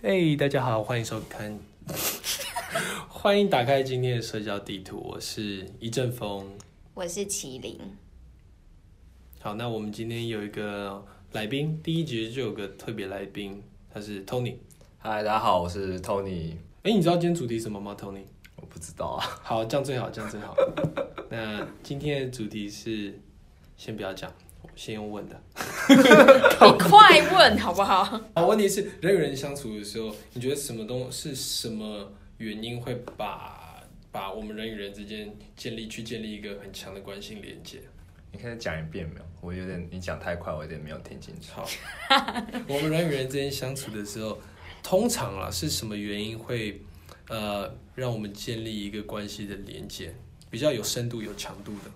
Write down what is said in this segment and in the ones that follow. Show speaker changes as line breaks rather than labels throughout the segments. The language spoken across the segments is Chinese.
嘿、大家好，欢迎收看， 欢迎打开今天的社交地图，我是一阵风。
我是麒麟，
好，那我们今天有一个来宾，第一集就有个特别来宾，他是 Tony。
嗨，大家好，我是 Tony。
哎，你知道今天主题什么吗，Tony？
我不知道啊，
好，这样最好，这样最好。那今天的主题是，先不要讲，我先用问的。
你快问好不好？
好，啊问题是人与人相处的时候，你觉得什么东是什么原因会把把我们人与人之间建立去建立一个很强的关系连接？
你可以讲一遍没有？我有点，你讲太快，我有点没有听清楚。
好，我们人与人之间相处的时候，通常啊是什么原因会呃让我们建立一个关系的连接，比较有深度、有强度的？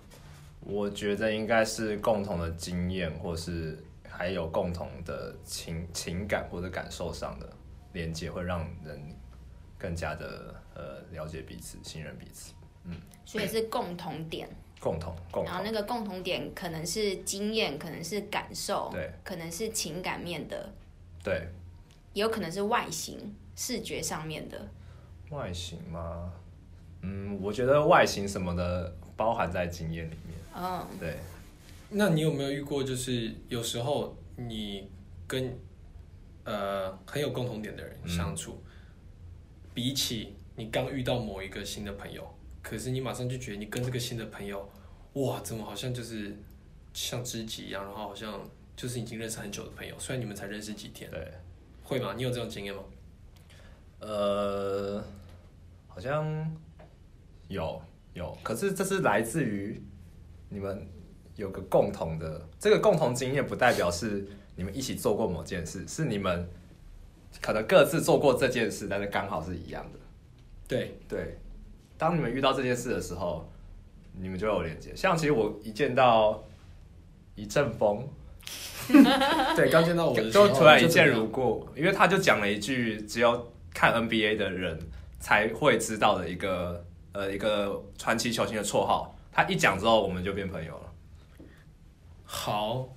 我觉得应该是共同的经验，或是还有共同的情情感或者感受上的连接，会让人更加的呃了解彼此、信任彼此。
所以是共同点，
共同，共
然后
同，
那个共同点可能是经验，可能是感受，
对
可能是情感面的，
对
也有可能是外形、视觉上面的。
外形吗？嗯，我觉得外形什么的包含在经验里面。
嗯，
对，
那你有没有遇过，就是有时候你跟呃很有共同点的人
嗯
相处，比起你刚遇到某一个新的朋友，可是你马上就觉得你跟这个新的朋友，哇，怎么好像就是像知己一样，然后好像就是已经认识很久的朋友，虽然你们才认识几天，
对。
会吗？你有这种经验吗？
呃，好像有有，可是这是来自于你们有个共同的这个共同经验，不代表是你们一起做过某件事，是你们可能各自做过这件事，但是刚好是一样的。
对，
对，当你们遇到这件事的时候，你们就有连接。像其实我一见到一阵风，
对，刚见到我的时候
就突然一见
就怎么
如
样
故，因为他就讲了一句只有看 NBA 的人才会知道的一个呃一个传奇球星的绰号。他一讲之后，我们就变朋友了。
好，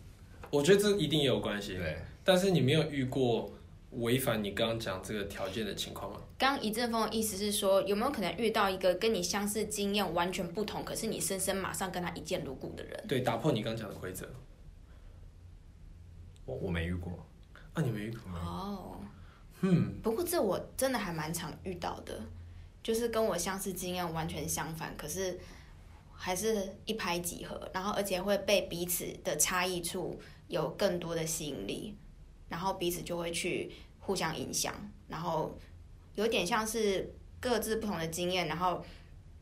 我觉得这一定也有关系。
对，
但是你没有遇过违反你刚刚讲这个条件的情况吗？
刚刚一阵风的意思是说，有没有可能遇到一个跟你相似经验完全不同，可是你深深马上跟他一见如故的人？
对，打破你刚讲的规则
我我没遇过，
啊，你没遇过？
哦，
嗯，
不过这我真的还蛮常遇到的，就是跟我相似经验完全相反，可是还是一拍即合，然后而且会被彼此的差异处有更多的吸引力，然后彼此就会去互相影响，然后有点像是各自不同的经验，然后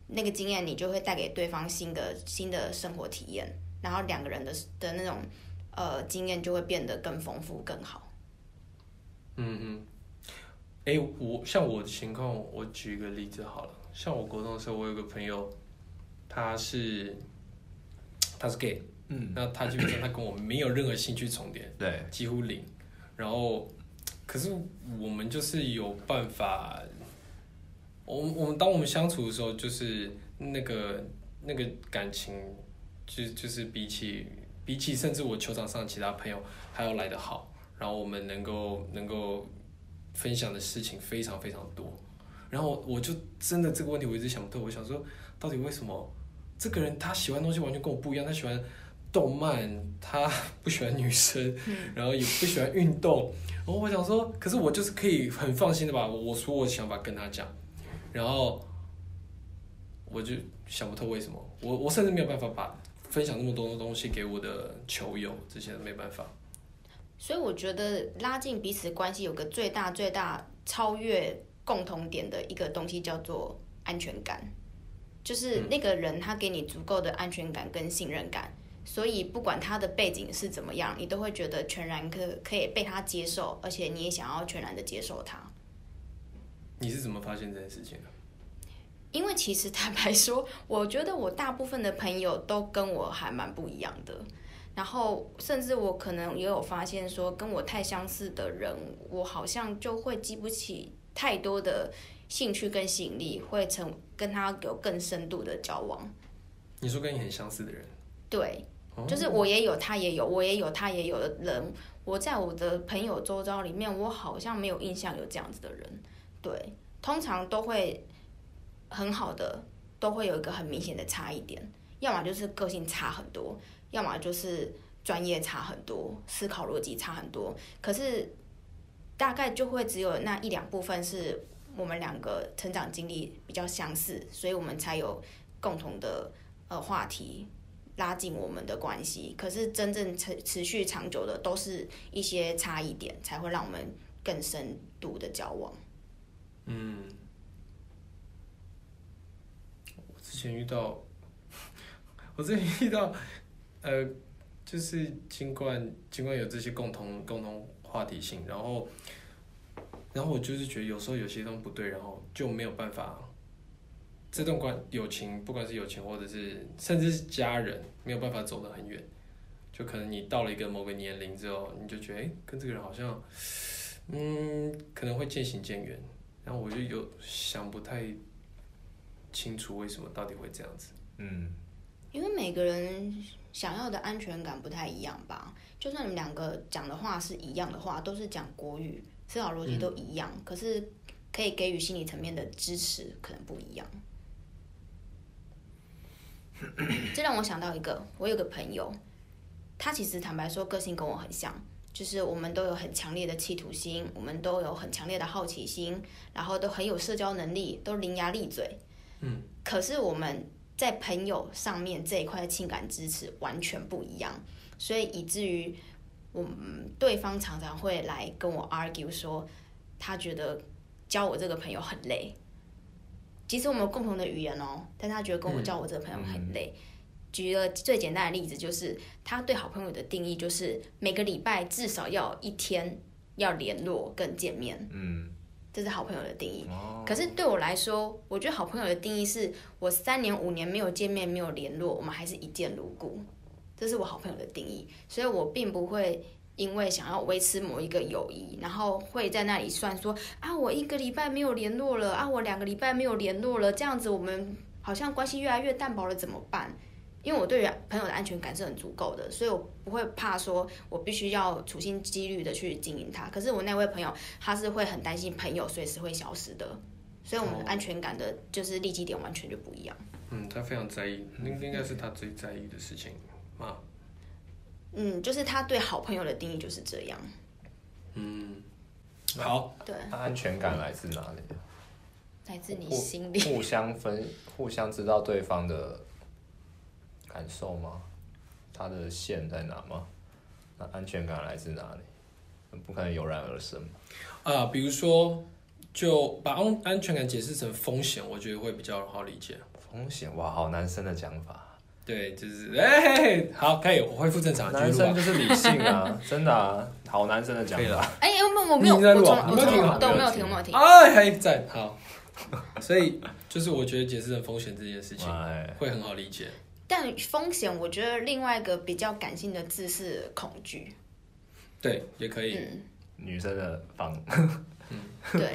那个经验你就会带给对方新的新的生活体验，然后两个人的的那种呃经验就会变得更丰富更好。
哎、我像我的情况，我举一个例子好了。像我国中的时候，我有个朋友，他是他是 gay，嗯，那他基本上他跟我没有任何兴趣重叠，
对，
几乎零。然后，可是我们就是有办法，我们我们当我们相处的时候，就是那个那个感情，就就是比起比起甚至我球场上其他朋友还要来得好。然后我们能够能够分享的事情非常非常多。然后我就真的这个问题我一直想不透，我想说到底为什么这个人他喜欢的东西完全跟我不一样，他喜欢动漫，他不喜欢女生，然后也不喜欢运动。然后我想说，可是我就是可以很放心的把我说我的想法跟他讲，然后我就想不透为什么，我我甚至没有办法把分享那么多东西给我的球友，这些都没办法。
所以我觉得拉近彼此关系有个最大最大超越共同点的一个东西叫做安全感，就是那个人他给你足够的安全感跟信任感，所以不管他的背景是怎么样，你都会觉得全然可可以被他接受，而且你也想要全然的接受他。
你是怎么发现这件事情的？
因为其实坦白说， 我觉得我大部分的朋友都跟我还蛮不一样的，然后甚至我可能也有发现说，跟我太相似的人，我好像就会激不起太多的兴趣跟吸引力，会成跟他有更深度的交往。
你说跟你很相似的人，
对，
哦
就是我也有，他也有，我也有，他也有的人，我在我的朋友周遭里面，我好像没有印象有这样子的人。对，通常都会很好的，都会有一个很明显的差异点，要么就是个性差很多，要么就是专业差很多，思考逻辑差很多。可是大概就会只有那一两部分是我们两个成长经历比较相似，所以我们才有共同的呃话题。拉近我们的关系，可是真正持持续长久的都是一些差异点，才会让我们更深度的交往。
嗯，我之前遇到，我之前遇到，呃，就是尽管尽管有这些共同共同话题性，然后，然后我就是觉得有时候有些东西不对，然后就没有办法，这段关友情，不管是友情或者是甚至是家人，没有办法走得很远。就可能你到了一个某个年龄之后，你就觉得，哎、跟这个人好像，嗯，可能会渐行渐远。然后我就有想不太清楚为什么到底会这样子。
嗯，
因为每个人想要的安全感不太一样吧。就算你们两个讲的话是一样的话，都是讲国语，思考逻辑都一样，可是可以给予心理层面的支持可能不一样。这让我想到一个，我有个朋友，他其实坦白说个性跟我很像，就是我们都有很强烈的企图心，我们都有很强烈的好奇心，然后都很有社交能力，都伶牙俐嘴。
嗯，
可是我们在朋友上面这一块的情感支持完全不一样，所以以至于我们对方常常会来跟我 argue 说，他觉得交我这个朋友很累。即使我们有共同的语言哦，但他觉得跟我
嗯
交我这个朋友很累。举个最简单的例子，就是他对好朋友的定义就是每个礼拜至少要有一天要联络跟见面，
嗯，
这是好朋友的定义。
哦，
可是对我来说，我觉得好朋友的定义是我三年五年没有见面、没有联络，我们还是一见如故，这是我好朋友的定义。所以我并不会因为想要维持某一个友谊，然后会在那里算说啊，我一个礼拜没有联络了，啊，我两个礼拜没有联络了，这样子我们好像关系越来越淡薄了，怎么办？因为我对于朋友的安全感是很足够的，所以我不会怕说我必须要处心积虑的去经营它。可是我那位朋友，他是会很担心朋友随时会消失的，所以我们的
哦
安全感的就是立基点完全就不一样。
嗯，他非常在意，那应该是他最在意的事情嘛。
嗯，就是他对好朋友的定义就是这样。
嗯，好，
对，
那安全感来自哪里？啊
来自你
我
心里。
互相分，互相知道对方的感受吗？他的线在哪吗？那安全感来自哪里？不可能油然而生嘛。
啊，比如说，就把安安全感解释成风险，我觉得会比较好理解。
风险哇，好男生的讲法，
对，就是哎、好，可以，我恢复正常，
男
继续录
生
吧。
就是理性啊，真的啊，好男生的讲
可以
法。
哎、我没有，我没有，
你在
我
录
从
啊
我
你没有听
从来
啊
对，我没有
没有
听，我没有听。
哎，还在好，所以就是我觉得解释成风险这件事情
哎，
会很好理解。
但风险，我觉得另外一个比较感性的字是恐 惧。
对，也可以。
嗯，
女生的防，
对。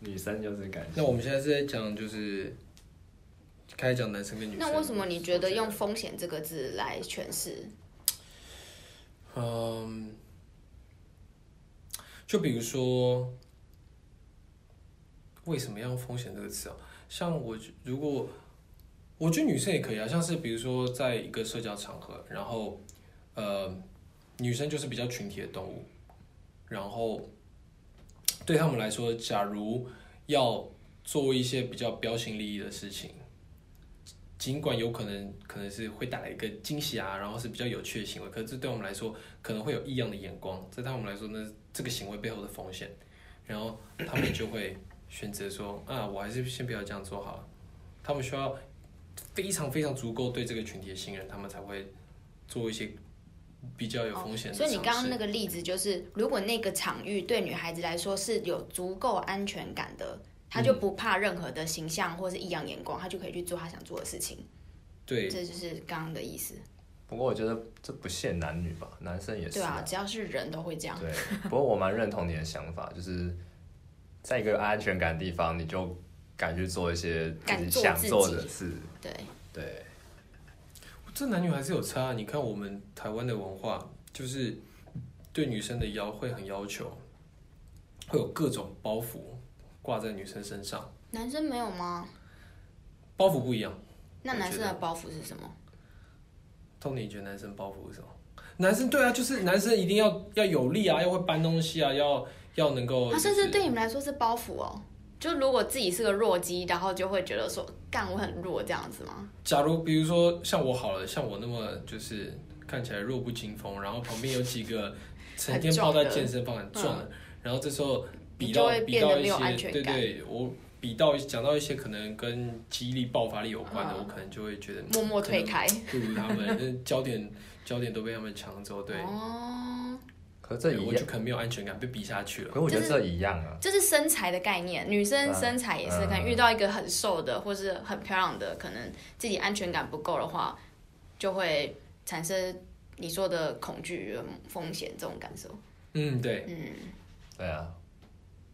女生就是感
那
性。
我们现在是在讲，就是开始讲男生跟女生。
那为什么你觉得用“风险”这个字来诠释？
嗯，就比如说，为什么要用“风险”这个词啊？像我觉如果我觉得女生也可以啊，像是比如说在一个社交场合，然后呃，女生就是比较群体的动物，然后对他们来说，假如要做一些比较标新立异的事情。尽管有可能可能是会带来一个惊喜啊，然后是比较有趣的行为，可是这对我们来说可能会有异样的眼光，这对我们来说呢，这个行为背后的风险，然后他们就会选择说啊，我还是先不要这样做好了。他们需要非常非常足够对这个群体的信任，他们才会做一些比较有风险的、
哦所
尝
以你刚刚
试
那个例子就是，如果那个场域对女孩子来说是有足够安全感的，她就不怕任何的形象或是异样眼光，她就可以去做她想做的事情。
对
这就是刚刚的意思。
不过我觉得这不限男女吧，男生也是
对啊，只要是人都会这样。
对，不过我蛮认同你的想法，就是在一个安全感的地方，你就敢去做一些自
敢
己
做
想
自
做
己
的事。
对，
对，
这男女还是有差啊、你看我们台湾的文化，就是对女生的要会很要求，会有各种包袱挂在女生身上，
男生没有吗？
包袱不一样。
那
我
男
觉
生
得
的包袱是什么？
通你觉得男生包袱是什么？男生对啊，就是男生一定要要有力啊，要会搬东西啊，要要能够、
他
哦就是
甚至对你们来说是包袱哦。就如果自己是个弱鸡，然后就会觉得说，干我很弱这样子吗？
假如比如说像我好了，像我那么就是看起来弱不禁风，然后旁边有几个成天泡在健身房很壮的，然后这时候比到
嗯你就会
比
变得
到一
没有安
些，
全
对
感
对，我比到讲到一些可能跟肌力、爆发力有关的，我
嗯
可能就会觉得
默默推开。
不如他们，嗯焦点 焦点都被他们抢走，对，
哦，
可是这
对
一
我
样，
就可能没有安全感，被比下去了
可。是我觉得
就是
这一样啊。
这是身材的概念，女生
嗯
身材也是，可能
嗯
遇到一个很瘦的或是很漂亮的，可能自己安全感不够的话，就会产生你说的恐惧、嗯风险这种感受。
嗯，对，
嗯，
对啊，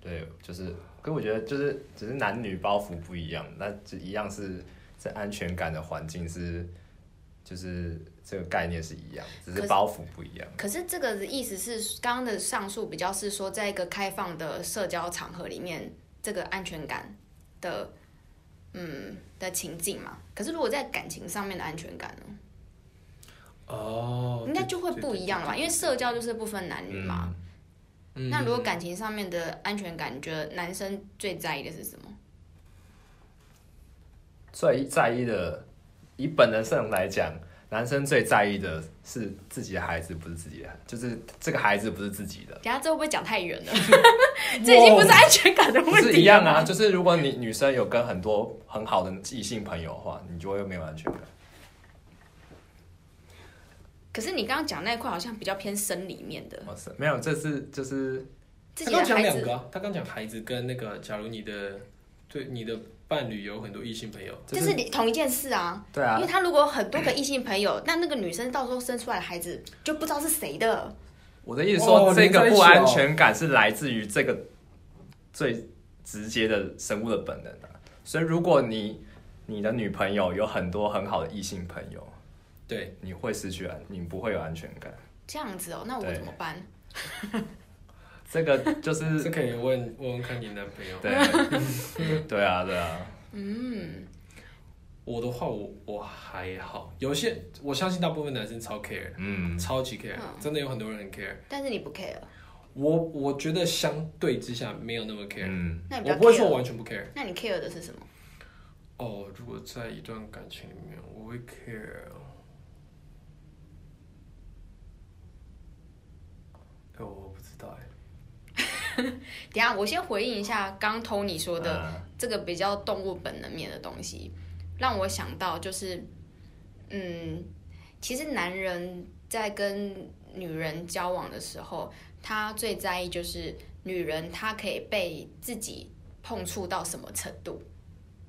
对，就是，可是我觉得就是只是男女包袱不一样，那就一样是在安全感的环境是，就是这个概念是一样，只
可
是
是
包袱不一样。
可是这个的意思是，刚刚的上述比较是说，在一个开放的社交场合里面，这个安全感的，嗯的情境嘛。可是如果在感情上面的安全感呢，
哦，
应该就会不一样了吧？因为社交就是不分男女嘛。
嗯
那如果感情上面的安全感，你觉得男生最在意的是什么？
最在意的，以本人上来讲，男生最在意的是自己的孩子，不是自己的，就是这个孩子不是自己
呃
的。
等一下这会不会讲太 远了？这已经不是安全感的
不
问题了
是一样啊，。就是如果你女生有跟很多很好的异性朋友的话，你就会没有安全感。
可是你刚刚讲那一块好像比较偏生理面的，
哇塞，没有，这是就是
他
自己
刚
的
讲
孩
两
子
个、啊，他刚讲孩子跟那个，假如你的对你的伴侣有很多异性朋友，
就
就是是你同一件事啊。
对啊
因为，他如果很多个异性朋友， 那那个女生到时候生出来的孩子就不知道是谁的。
我的意思
哦
说，这
连在
个
一起
不
哦
安全感是来自于这个最直接的生物的本能啊。所以，如果你你的女朋友有很多很好的异性朋友，
对，
你会失去安，你不会有安全感。
这样子哦，那我
对
怎么办？
这个就
这
是
可以问问问看你男朋友。
对 对啊，对啊，
嗯，
我的话我我还好，有些我相信大部分男生超 care，
嗯，
超级 care，、
嗯
真的有很多人很 care。
但是你不 care，
我我觉得相对之下没有那么 care，、
嗯，
那你
我
较
不会说
care。
完全不 care。
那你 care 的是什么？
哦，如果在一段感情里面，我会 care 哦。哎、我不知道哎。
等一下我先回应一下刚刚 Tony 说的，
嗯
这个比较动物本能面的东西，让我想到就是，嗯，其实男人在跟女人交往的时候，他最在意就是女人她可以被自己碰触到什么程度。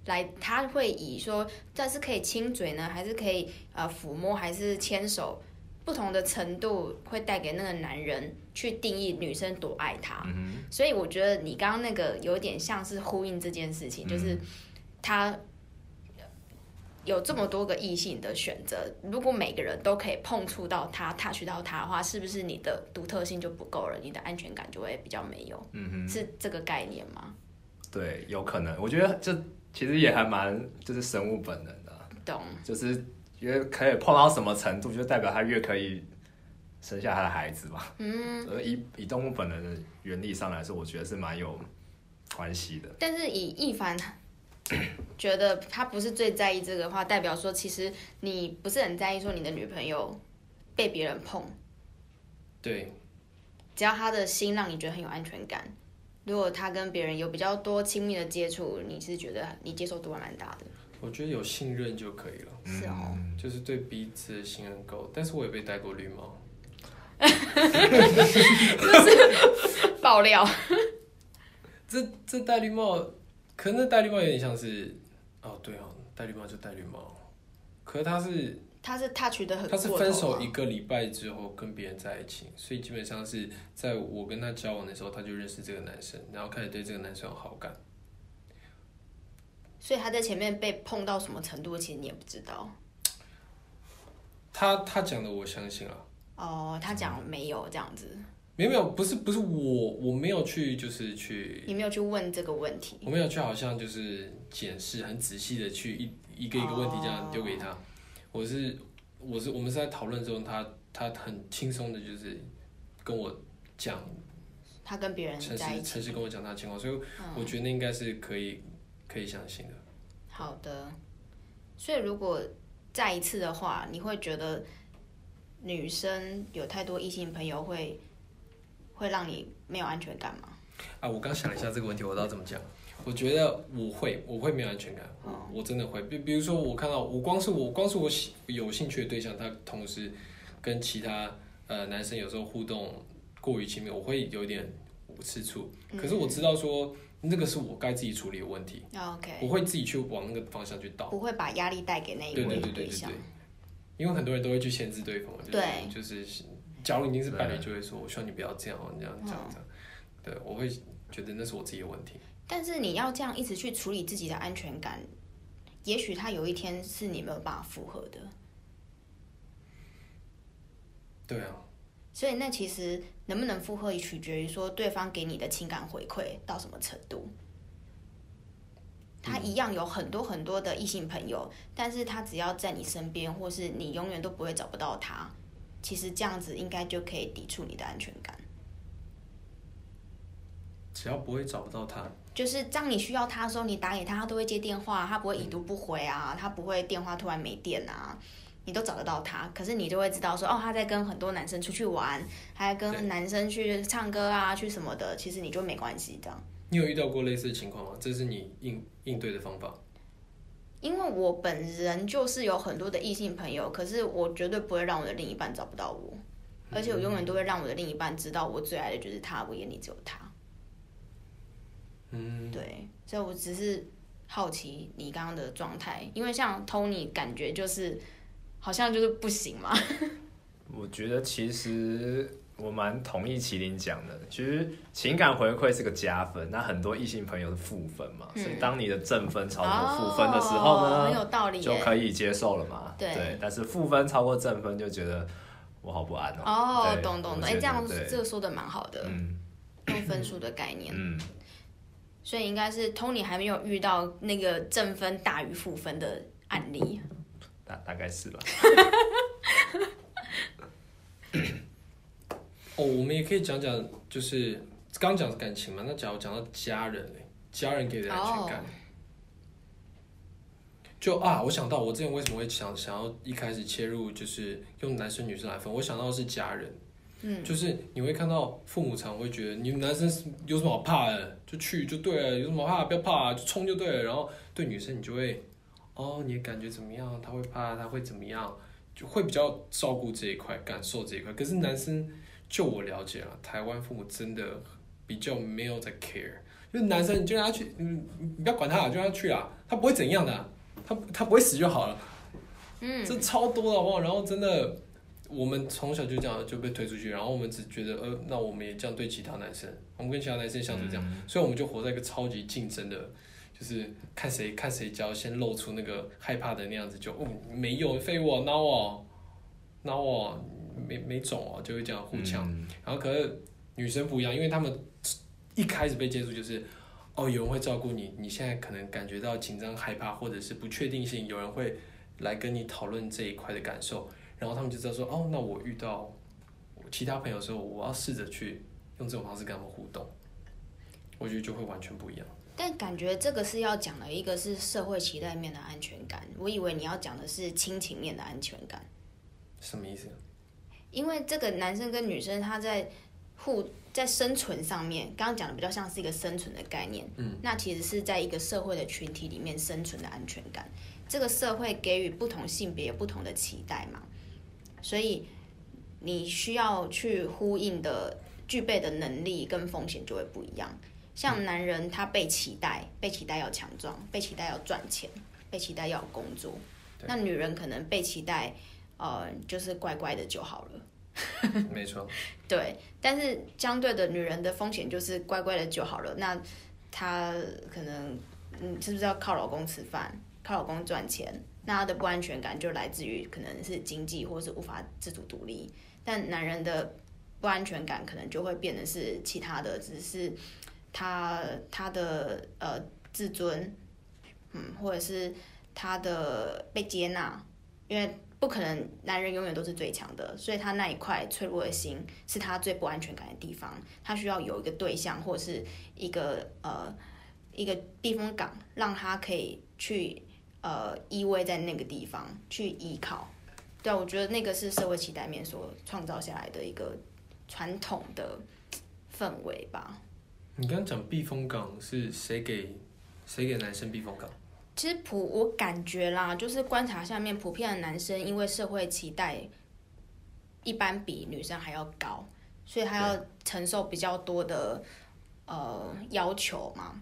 来，他会以说，但是可以亲嘴呢，还是可以呃抚摸，还是牵手，不同的程度会带给那个男人去定义女生多爱他。
嗯
所以我觉得你刚刚那个有点像是呼应这件事
嗯
情，就是他有这么多个异性的选择，如果每个人都可以碰触到他、touch 到他的话，是不是你的独特性就不够了？你的安全感就会比较没有，
哼嗯哼，
是这个概念吗？
对，有可能。我觉得这其实也还蛮就是生物本能的啊、
懂？
就是越可以碰到什么程度，就代表他越可以生下他的孩子吧。嗯，而以以动物本能的原理上来说，我觉得是蛮有关系的。
但是以一凡觉得他不是最在意这个的话，代表说其实你不是很在意说你的女朋友被别人碰。
对，
只要他的心让你觉得很有安全感，如果他跟别人有比较多亲密的接触，你是觉得你接受度还蛮大的，
我觉得有信任就可以了，
是哦。
就是对彼此的信任够。但是我也被戴过绿帽，
爆料，
这这戴绿帽，可能那戴绿帽有点像是，哦对哦，戴绿帽就戴绿帽，可是他是
他是 touch 的很
他是
过头啊
分手
吗
一个礼拜之后跟别人在一起，所以基本上是在我跟他交往的时候，他就认识这个男生，然后开始对这个男生有好感。
所以他在前面被碰到什么程度，其实你也不知道。
他他讲的我相信啊，
哦，他讲没有这样子，
没有没有，不是不是我我没有去就是去，
你没有去问这个问题，
我没有去好像就是检视很仔细的去一一个一个问题这样丢给
哦
他，我是我是我们是在讨论中，他他很轻松的就是跟我讲
他跟别人
诚
在一
实
起。嗯
诚实跟我讲他的情况，所以我觉得那应该是可以可以相信的。
好的，所以如果再一次的话，你会觉得女生有太多异性朋友会会让你没有安全感吗？
啊，我刚想了一下这个问题，我知道怎么讲。我觉得我会，我会没有安全感，
哦
我真的会。比比如说，我看到我光是我光是我喜有兴趣的对象，他同时跟其他呃男生有时候互动过于亲密，我会有点吃醋。
嗯
可是我知道说那个是我该自己处理的问题，
那嗯哦 OK，
我会自己去往那个方向去导。
不会把压力带给那一
对对
位
对对对
象
对。，因为很多人都会去限制对方，
对
就是就是，假如已经是伴侣，就会说我希望你不要这样哦，你这样这样这
嗯
样。对，我会觉得那是我自己的问题。
但是你要这样一直去处理自己的安全感，也许他有一天是你没有办法符合的。
对啊。
所以那其实能不能负荷，也取决于说对方给你的情感回馈到什么程度。他一样有很多很多的异性朋友，但是他只要在你身边，或是你永远都不会找不到他，其实这样子应该就可以抵触你的安全感。
只要不会找不到他，
就是当你需要他的时候，你打给他，他都会接电话，他不会已读不回啊，他不会电话突然没电啊，你都找得到他。可是你就会知道说，哦，他在跟很多男生出去玩，还
对
跟男生去唱歌啊，去什么的，其实你就没关系这样。
你有遇到过类似的情况吗？这是你应应对的方法。
因为我本人就是有很多的异性朋友，可是我绝对不会让我的另一半找不到我，而且我永远都会让我的另一半知道我最爱的就是他，我眼里只有他。
嗯，
对，所以我只是好奇你刚刚的状态，因为像 Tony 感觉就是好像就是不行嘛。
我觉得其实我蛮同意麒麟讲的，其实情感回馈是个加分，那很多异性朋友是负分嘛，
嗯
所以当你的正分超过负分的时候
哦很
呢，
有道理
就
耶。
可以接受了嘛。
对
但是负分超过正分就觉得我好不安哦。
哦，
对
懂
我
懂懂，
觉
哎，
得
这样
对
这个说的蛮好的，
嗯
用分数的概念，
嗯，
所以应该是 Tony 还没有遇到那个正分大于负分的案例。
大大概是吧。
哦，我们也可以讲讲，就是刚讲感情嘛，那假如讲到家人嘞，家人给的安
哦
全感。就啊，我想到我之前为什么会想想要一开始切入，就是用男生女生来分，我想到的是家人，
嗯，
就是你会看到父母常会觉得你们男生是有什么好怕的，就去就对了，有什么好怕的不要怕，啊就冲就对了。然后对女生你就会，哦，你的感觉怎么样？他会怕，他会怎么样？就会比较照顾这一块，感受这一块。可是男生，就我了解了，台湾父母真的比较没有在 care，就是男生你就让他去，嗯，你不要管他，就让他去啊，他不会怎样的啊、他他不会死就好了。
嗯，
这超多的好不好？然后真的，我们从小就这样就被推出去，然后我们只觉得，呃，那我们也这样对其他男生，我们跟其他男生相处这样，所以我们就活在一个超级竞争的，就是看谁看谁只要先露出那个害怕的那样子就，哦，没有废物、哦，孬哦，孬哦，没没种哦，就会这样互
嗯
呛。然后可是女生不一样，因为她们一开始被接触就是，哦，有人会照顾你，你现在可能感觉到紧张、害怕或者是不确定性，有人会来跟你讨论这一块的感受，然后他们就知道说，哦，那我遇到其他朋友的时候，我要试着去用这种方式跟他们互动，我觉得就会完全不一样。
但感觉这个是要讲的一个是社会期待面的安全感，我以为你要讲的是亲情面的安全感，
什么意思？
因为这个男生跟女生他在互在生存上面，刚刚讲的比较像是一个生存的概念，嗯，那其实是在一个社会的群体里面生存的安全感，这个社会给予不同性别有不同的期待嘛，所以你需要去呼应的具备的能力跟风险就会不一样。像男人，他被期待，被期待要强壮，被期待要赚钱，被期待要有工作。那女人可能被期待，呃，就是乖乖的就好了。
没错，
对，但是相对的，女人的风险就是乖乖的就好了。那她可能，嗯，是不是要靠老公吃饭，靠老公赚钱？那她的不安全感就来自于可能是经济，或是无法自主独立。但男人的不安全感可能就会变成是其他的，只是他他的呃自尊，嗯，或者是他的被接纳，因为不可能男人永远都是最强的，所以他那一块脆弱的心是他最不安全感的地方，他需要有一个对象或者是一个呃一个避风港，让他可以去呃依偎在那个地方去依靠。对啊，我觉得那个是社会期待面所创造下来的一个传统的氛围吧。
你刚刚讲避风港是谁给谁给男生避风港？
其实普我感觉啦，就是观察下面普遍的男生，因为社会期待一般比女生还要高，所以他要承受比较多的呃要求嘛。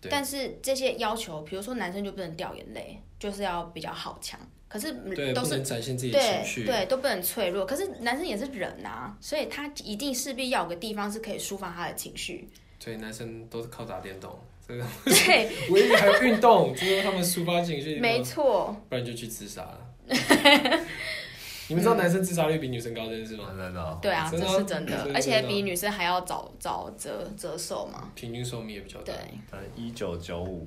对
但是这些要求，比如说男生就不能掉眼泪，就是要比较好强。可是
对，
嗯都
不
是
能展现自己的情
对
绪。
对，都不能脆弱。可是男生也是人啊，所以他一定势必要有个地方是可以抒发他的情绪。
所以男生都是靠打电动，这 个
对，
唯一还有运动，这是他们抒发情绪哦的地方。
没错，
不然就去自杀 了。你们知道男生自杀率比女生高这件事吗？
真的真哦的
对啊，
真
这
的啊
是真
这是
的
真，的
而且比女生还要早早折折寿嘛。
平均寿命也比较
对
短。
呃，一九九五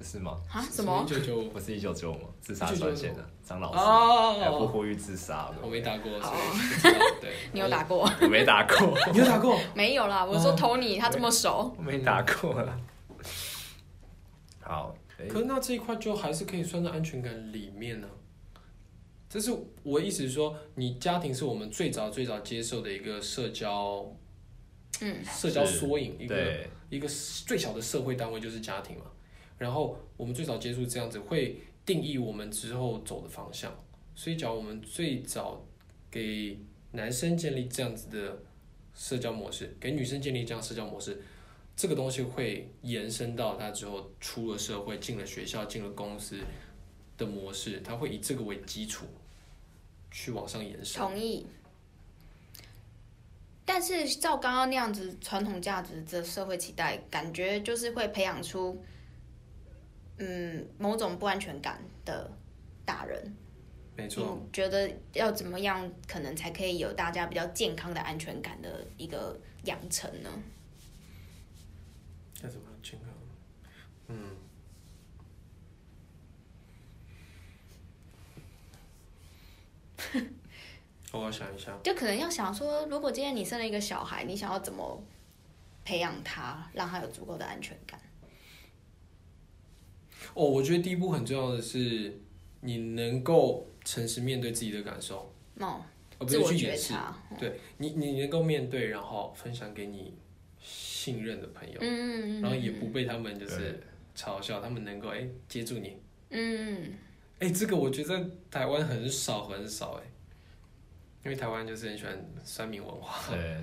是吗？
啊，什么？
一九九五，
不是一九九五吗？自杀专线的张老师，哎不
哦，
呼吁自杀
我
的，
没打过，所
好
以不知道。对，
你有打过？
我没打过，
你有打过？
没有啦，我说
哦
Tony 他这么熟，
我没打过了。好，哎
可是那这一块就还是可以算在安全感里面呢、这是我意思是说，你家庭是我们最早最早接受的一个社交
嗯，
社交
是
缩影，一个
对，
一个最小的社会单位就是家庭嘛。然后我们最早接触这样子，会定义我们之后走的方向。所以，假如我们最早给男生建立这样子的社交模式，给女生建立这样社交模式，这个东西会延伸到他之后出了社会、进了学校、进了公司的模式，他会以这个为基础去往上延伸。
同意。但是照刚刚那样子传统价值的社会期待，感觉就是会培养出，嗯，某种不安全感的大人。
没
你
错。
觉得要怎么样，可能才可以有大家比较健康的安全感的一个养成呢？
要怎么健康？嗯，我要想一下，
就可能要想说，如果今天你生了一个小孩，你想要怎么培养他，让他有足够的安全感？
哦，我觉得第一步很重要的是，你能够诚实面对自己的感受，
哦，
而不
自
是
我
去
觉
掩饰。
察。
对你，你能够面对，然后分享给你信任的朋友，
嗯嗯嗯，
然后也不被他们就
对
是嘲笑，他们能够哎、接住你，
嗯。
哎、这个我觉得在台湾很少很少哎、因为台湾就是很喜欢酸民文化。
对，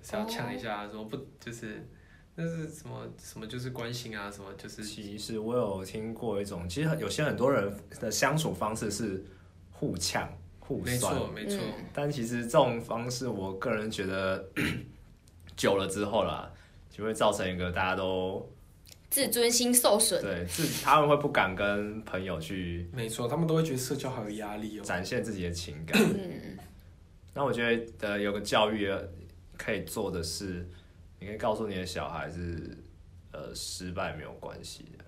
就是要呛一下，说不就是那是什么什么就是关心啊，什么就是
其实我有听过一种，其实有些很多人的相处方式是互呛、互
没
酸，
错没错，
但其实这种方式，我个人觉得久了之后啦，就会造成一个大家都
自尊心受 损。
对自他们会不敢跟朋友去
没错，他们都会觉得社交好有压力哦。
展现自己的情感。
嗯
那我觉得呃，有个教育可以做的是，你可以告诉你的小孩是，呃，失败没有关系的，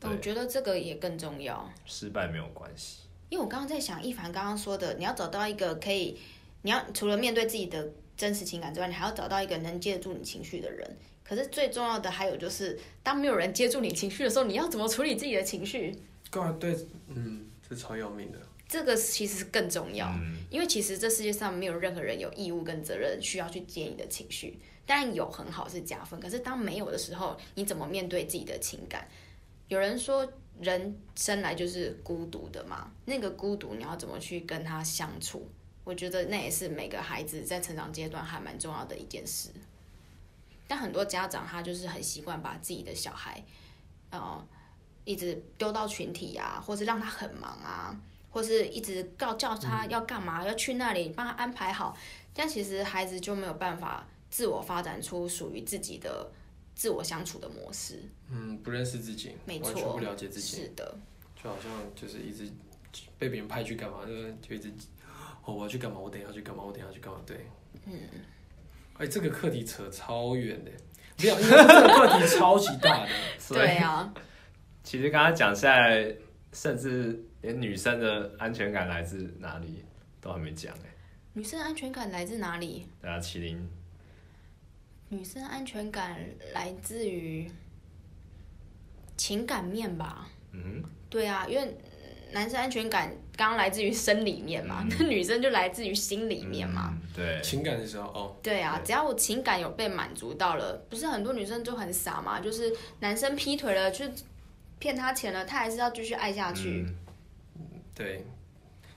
对
我觉得这个也更重要，
失败没有关系。
因为我刚刚在想，一凡刚刚说的，你要找到一个可以，你要除了面对自己的真实情感之外，你还要找到一个能接得住你情绪的人。可是最重要的还有就是，当没有人接住你情绪的时候，你要怎么处理自己的情绪？
对对，嗯，这超要命的。
这个其实是更重要，
嗯，
因为其实这世界上没有任何人有义务跟责任需要去接你的情绪。当然有很好是加分，可是当没有的时候，你怎么面对自己的情感？有人说人生来就是孤独的嘛，那个孤独你要怎么去跟他相处？我觉得那也是每个孩子在成长阶段还蛮重要的一件事。但很多家长他就是很习惯把自己的小孩，呃，一直丢到群体啊，或是让他很忙啊，或是一直告叫
嗯
他要干嘛，要去那里帮他安排好。但其实孩子就没有办法自我发展出属于自己的自我相处的模式。
嗯，不认识自己，
没
完全
错
不了解自己，
是的，
就好像就是一直被别人派去干嘛，就就一直哦，我要去干嘛，我等一下去干嘛，我等一下去干嘛，对，
嗯
哎、这个课题扯超远的，没有，因为这个课题超级大的。
所以
对啊，
其实刚刚讲下来，甚至连女生的安全感来自哪里都还没讲哎、
女生安全感来自哪里？
大家麒麟
女生安全感来自于情感面吧？
嗯
对啊，因为男生安全感刚刚来自于生理面
嗯
嘛，那、女生就来自于心里面嘛。
嗯 对，
情感的时候，哦，
对啊，
对
只要我情感有被满足到了，不是很多女生就很傻嘛，就是男生劈腿了，去骗他钱了，他还是要继续爱下去。
嗯
对，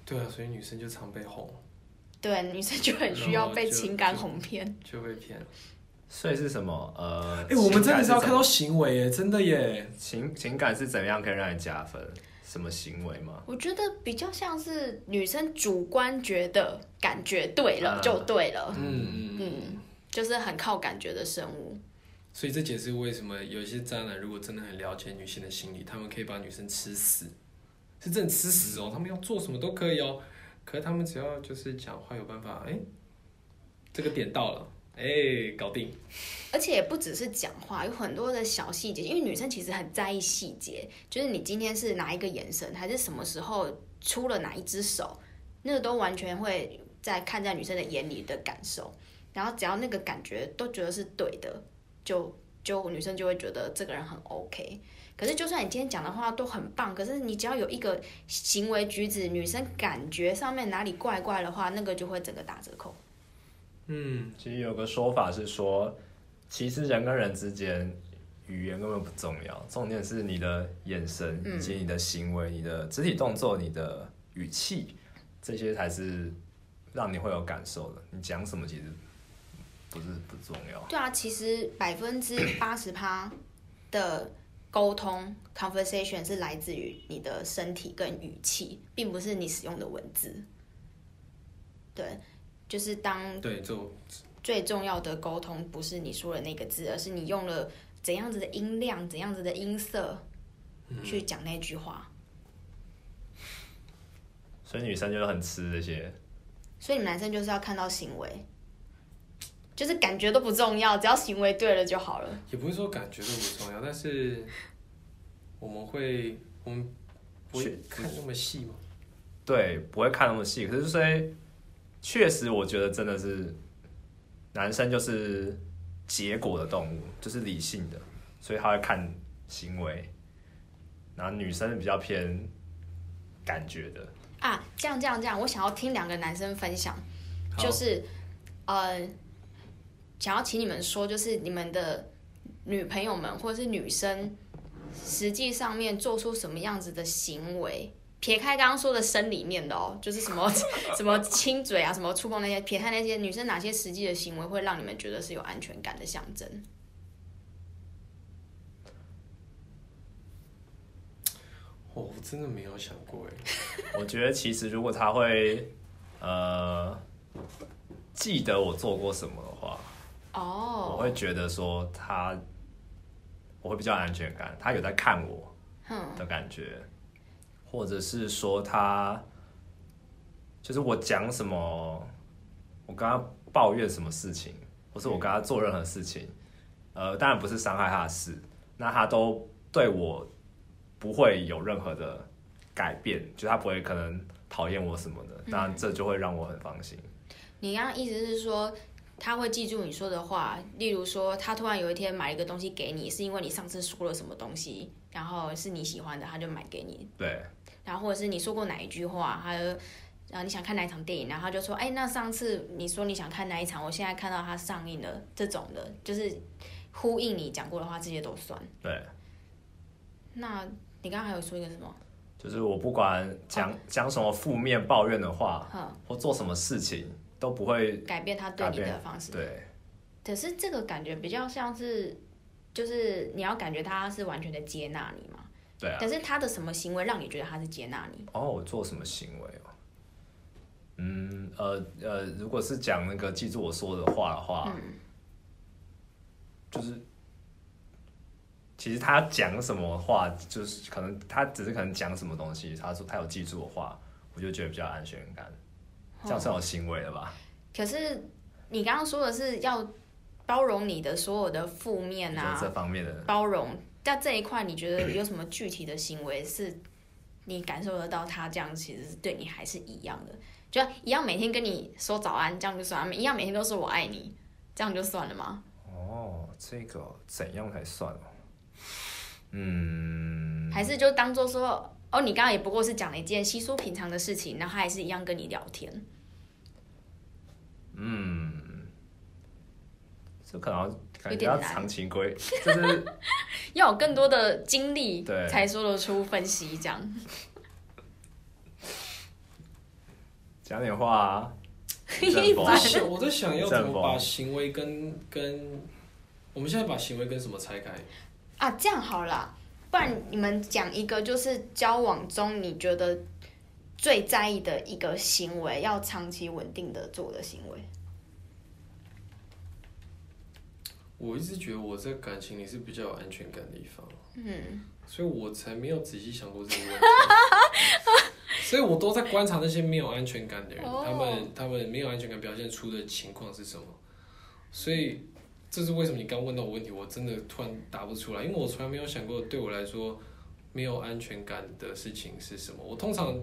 对啊，所以女生就常被哄，
对，女生就很需要被情感哄骗。
就被骗。
所以是什么？呃，
哎、我们真的是要看到
情
行为耶，真的耶。
感是怎么情情感是怎么样可以让你加分？什么行为吗？
我觉得比较像是女生主观觉得感觉对了
啊
就对了，
嗯嗯，
嗯，就是很靠感觉的生物。
所以这解释为什么有一些渣男如果真的很了解女性的心理，他们可以把女生吃死，是真的吃死哦，他们要做什么都可以哦，可是他们只要就是讲话有办法，哎、这个点到了，哎、搞定。
而且也不只是讲话，有很多的小细节，因为女生其实很在意细节，就是你今天是哪一个眼神，还是什么时候出了哪一只手，那个都完全会在看在女生的眼里的感受。然后只要那个感觉都觉得是对的，就就女生就会觉得这个人很 OK。可是就算你今天讲的话都很棒，可是你只要有一个行为举止，女生感觉上面哪里怪怪的话，那个就会整个打折扣。
嗯，
其实有个说法是说，其实人跟人之间语言根本不重要，重点是你的眼神
嗯
以及你的行为、你的肢体动作、你的语气，这些才是让你会有感受的。你讲什么其实不是不重要。
对啊，其实百分之八十趴的沟通 conversation 是来自于你的身体跟语气，并不是你使用的文字。对，就是当
对，就
最重要的沟通不是你说的那个字，而是你用了怎样子的音量、怎样子的音色去讲那句话。
所以女生就是很吃这些，
所以你们男生就是要看到行为，就是感觉都不重要，只要行为对了就好了。
也不是说感觉都不重要，但是我们会，我们不会
是
看那么细吗？
对，不会看那么细。可是所以，确实我觉得真的是男生就是结果的动物，就是理性的，所以他会看行为。然后女生比较偏感觉的，
啊，这样这样这样，我想要听两个男生分享，
好
就是呃，想要请你们说，就是你们的女朋友们或者是女生，实际上面做出什么样子的行为？撇开刚刚说的生理面的哦， 就是什么什么亲嘴啊，什么触碰那些， 撇开那些女生哪些实际的行为会让你们觉得是有安全感的象征？
哦，我真的没有想过哎。
我觉得其实如果他会呃记得我做过什么的话，我
哦，
会觉得说他我会比较有安全感，他有在看我，
哼，
的感觉，或者是说他就是我讲什么，我跟他抱怨什么事情，或是我跟他做任何事情，
嗯
呃，当然不是伤害他的事，那他都对我不会有任何的改变，就他不会可能讨厌我什么
嗯
的，当然这就会让我很放心。
你刚刚意思是说，他会记住你说的话，例如说，他突然有一天买一个东西给你，是因为你上次说了什么东西，然后是你喜欢的，他就买给你，
对，
然后或者是你说过哪一句话，他就，然后你想看哪一场电影，然后他就说，哎，那上次你说你想看哪一场，我现在看到它上映了，这种的，就是呼应你讲过的话，这些都算。
对，
那你刚刚还有说一个什么？
就是我不管讲讲什么负面抱怨的话，
哼，
或做什么事情都不会
改变他对你的方式。
对。
可是这个感觉比较像是，就是你要感觉他是完全的接纳你嘛。
对啊，
但是他的什么行为让你觉得他是接纳你？
哦，我做什么行为哦？嗯，呃呃，如果是讲那个记住我说的话的话，就是其实他讲什么话，就是可能他只是可能讲什么东西，他说他有记住我话，我就觉得比较安全感，这样算有行为了吧？
可是你刚刚说的是要包容你的所有的负面
就
啊，
是这方面的。
包容。在这一块，你觉得有什么具体的行为是你感受得到他这样其实是对你还是一样的？就一样每天跟你说早安，这样就算了；一样每天都说我爱你，这样就算了吗？
哦，这个怎样才算哦？嗯，
还是就当做说哦，你刚刚也不过是讲了一件稀疏平常的事情，然后他还是一样跟你聊天。
这可能要感
有
觉
点
要
难
长情规，就是
要有更多的经历
对
才说得出分析这样。
讲点话啊。
一
我在
我
般
在
想，我在想要怎
绽
么
放
把行为跟跟，我们现在把行为跟什么拆开？
啊，这样好了，不然你们讲一个，就是交往中你觉得最在意的一个行为，要长期稳定的做的行为。
我一直觉得我在感情里是比较有安全感的一方，
嗯，
所以我才没有仔细想过这个 问题。所以我都在观察那些没有安全感的人，
哦
他们他们没有安全感表现出的情况是什么？所以这是为什么你刚问到我问题，我真的突然答不出来，因为我从来没有想过对我来说没有安全感的事情是什么。我通常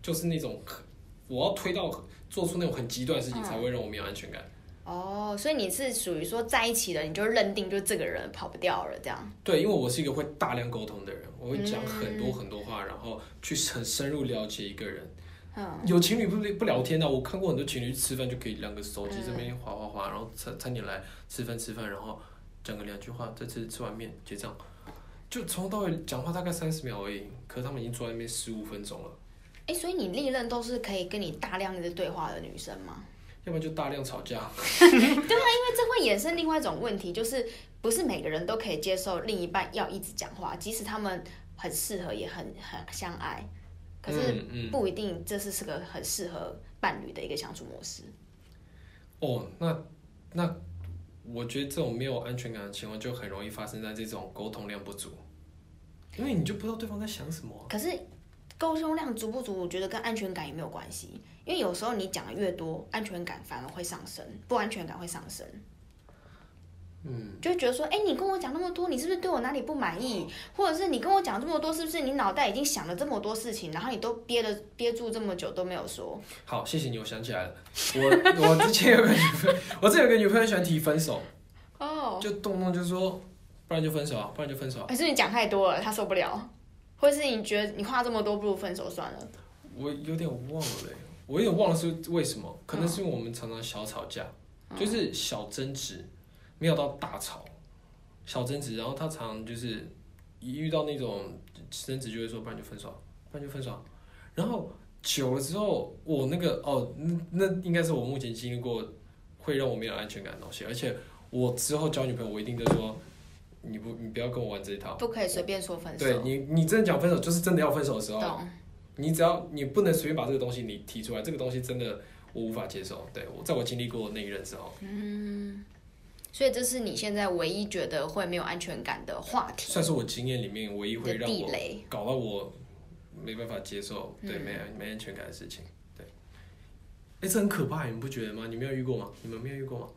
就是那种很我要推到做出那种很极端的事情，
嗯
才会让我没有安全感。
哦，所以你是属于说在一起了，你就认定就这个人跑不掉了这样。
对，因为我是一个会大量沟通的人，我会讲很多很多话，然后去很深入了解一个人。
嗯，
有情侣不不聊天的，我看过很多情侣吃饭就可以两个手机这
嗯
边划划划，然后餐餐点来吃饭吃饭，然后讲个两句话，再吃吃完面结账，就从头到尾讲话大概三十秒而已，可是他们已经坐在那边十五分钟了，
哎、所以你历任都是可以跟你大量的对话的女生吗？
要不然就大量吵架。
因为这会衍生另外一种问题，就是不是每个人都可以接受另一半要一直讲话，即使他们很适合，也很很相爱，可是
嗯嗯
不一定这是是个很适合伴侣的一个相处模式。
哦，那那我觉得这种没有安全感的情况就很容易发生在这种沟通量不足，因为你就不知道对方在想什么啊。
可是沟通量足不足，我觉得跟安全感也没有关系，因为有时候你讲的越多，安全感反而会上升，不安全感会上升。嗯，就会觉得说，哎、你跟我讲那么多，你是不是对我哪里不满意？或者是你跟我讲这么多，是不是你脑袋已经想了这么多事情，然后你都憋了憋住这么久都没有说？
好，谢谢你，我想起来了，我我之前有个女朋友，我之前有个女朋友喜欢提分手，
哦，
就动不动就说，不然就分手啊，不然就分手啊。
还是你讲太多了，他受不了，或是你觉得你话这么多，不如分手算了。
我有点忘了、欸，我有点忘了是为什么，可能是因为我们常常小吵架，
嗯
就是小争执，没有到大吵，小争执，然后他常常就是一遇到那种争执就会说，不然就分手啊，不然就分手啊，然后久了之后，我那个哦，那那应该是我目前经历过会让我没有安全感的东西，而且我之后交女朋友，我一定就说，你不你不要跟我玩这一套，
不可以随便说分
对
手。
你你真的讲分手，就是真的要分手的时候。
懂。
你只要你不能随便把这个东西你提出来，这个东西真的我无法接受。对我，在我经历过那一任之后，
所以这是你现在唯一觉得会没有安全感的话题
算是我经验里面唯一
的
会让
地
我
雷。
搞到我没办法接受，对没安没安全感的事情。对，哎，这很可怕，你们不觉得吗？你没有遇过吗？你们没有遇过吗？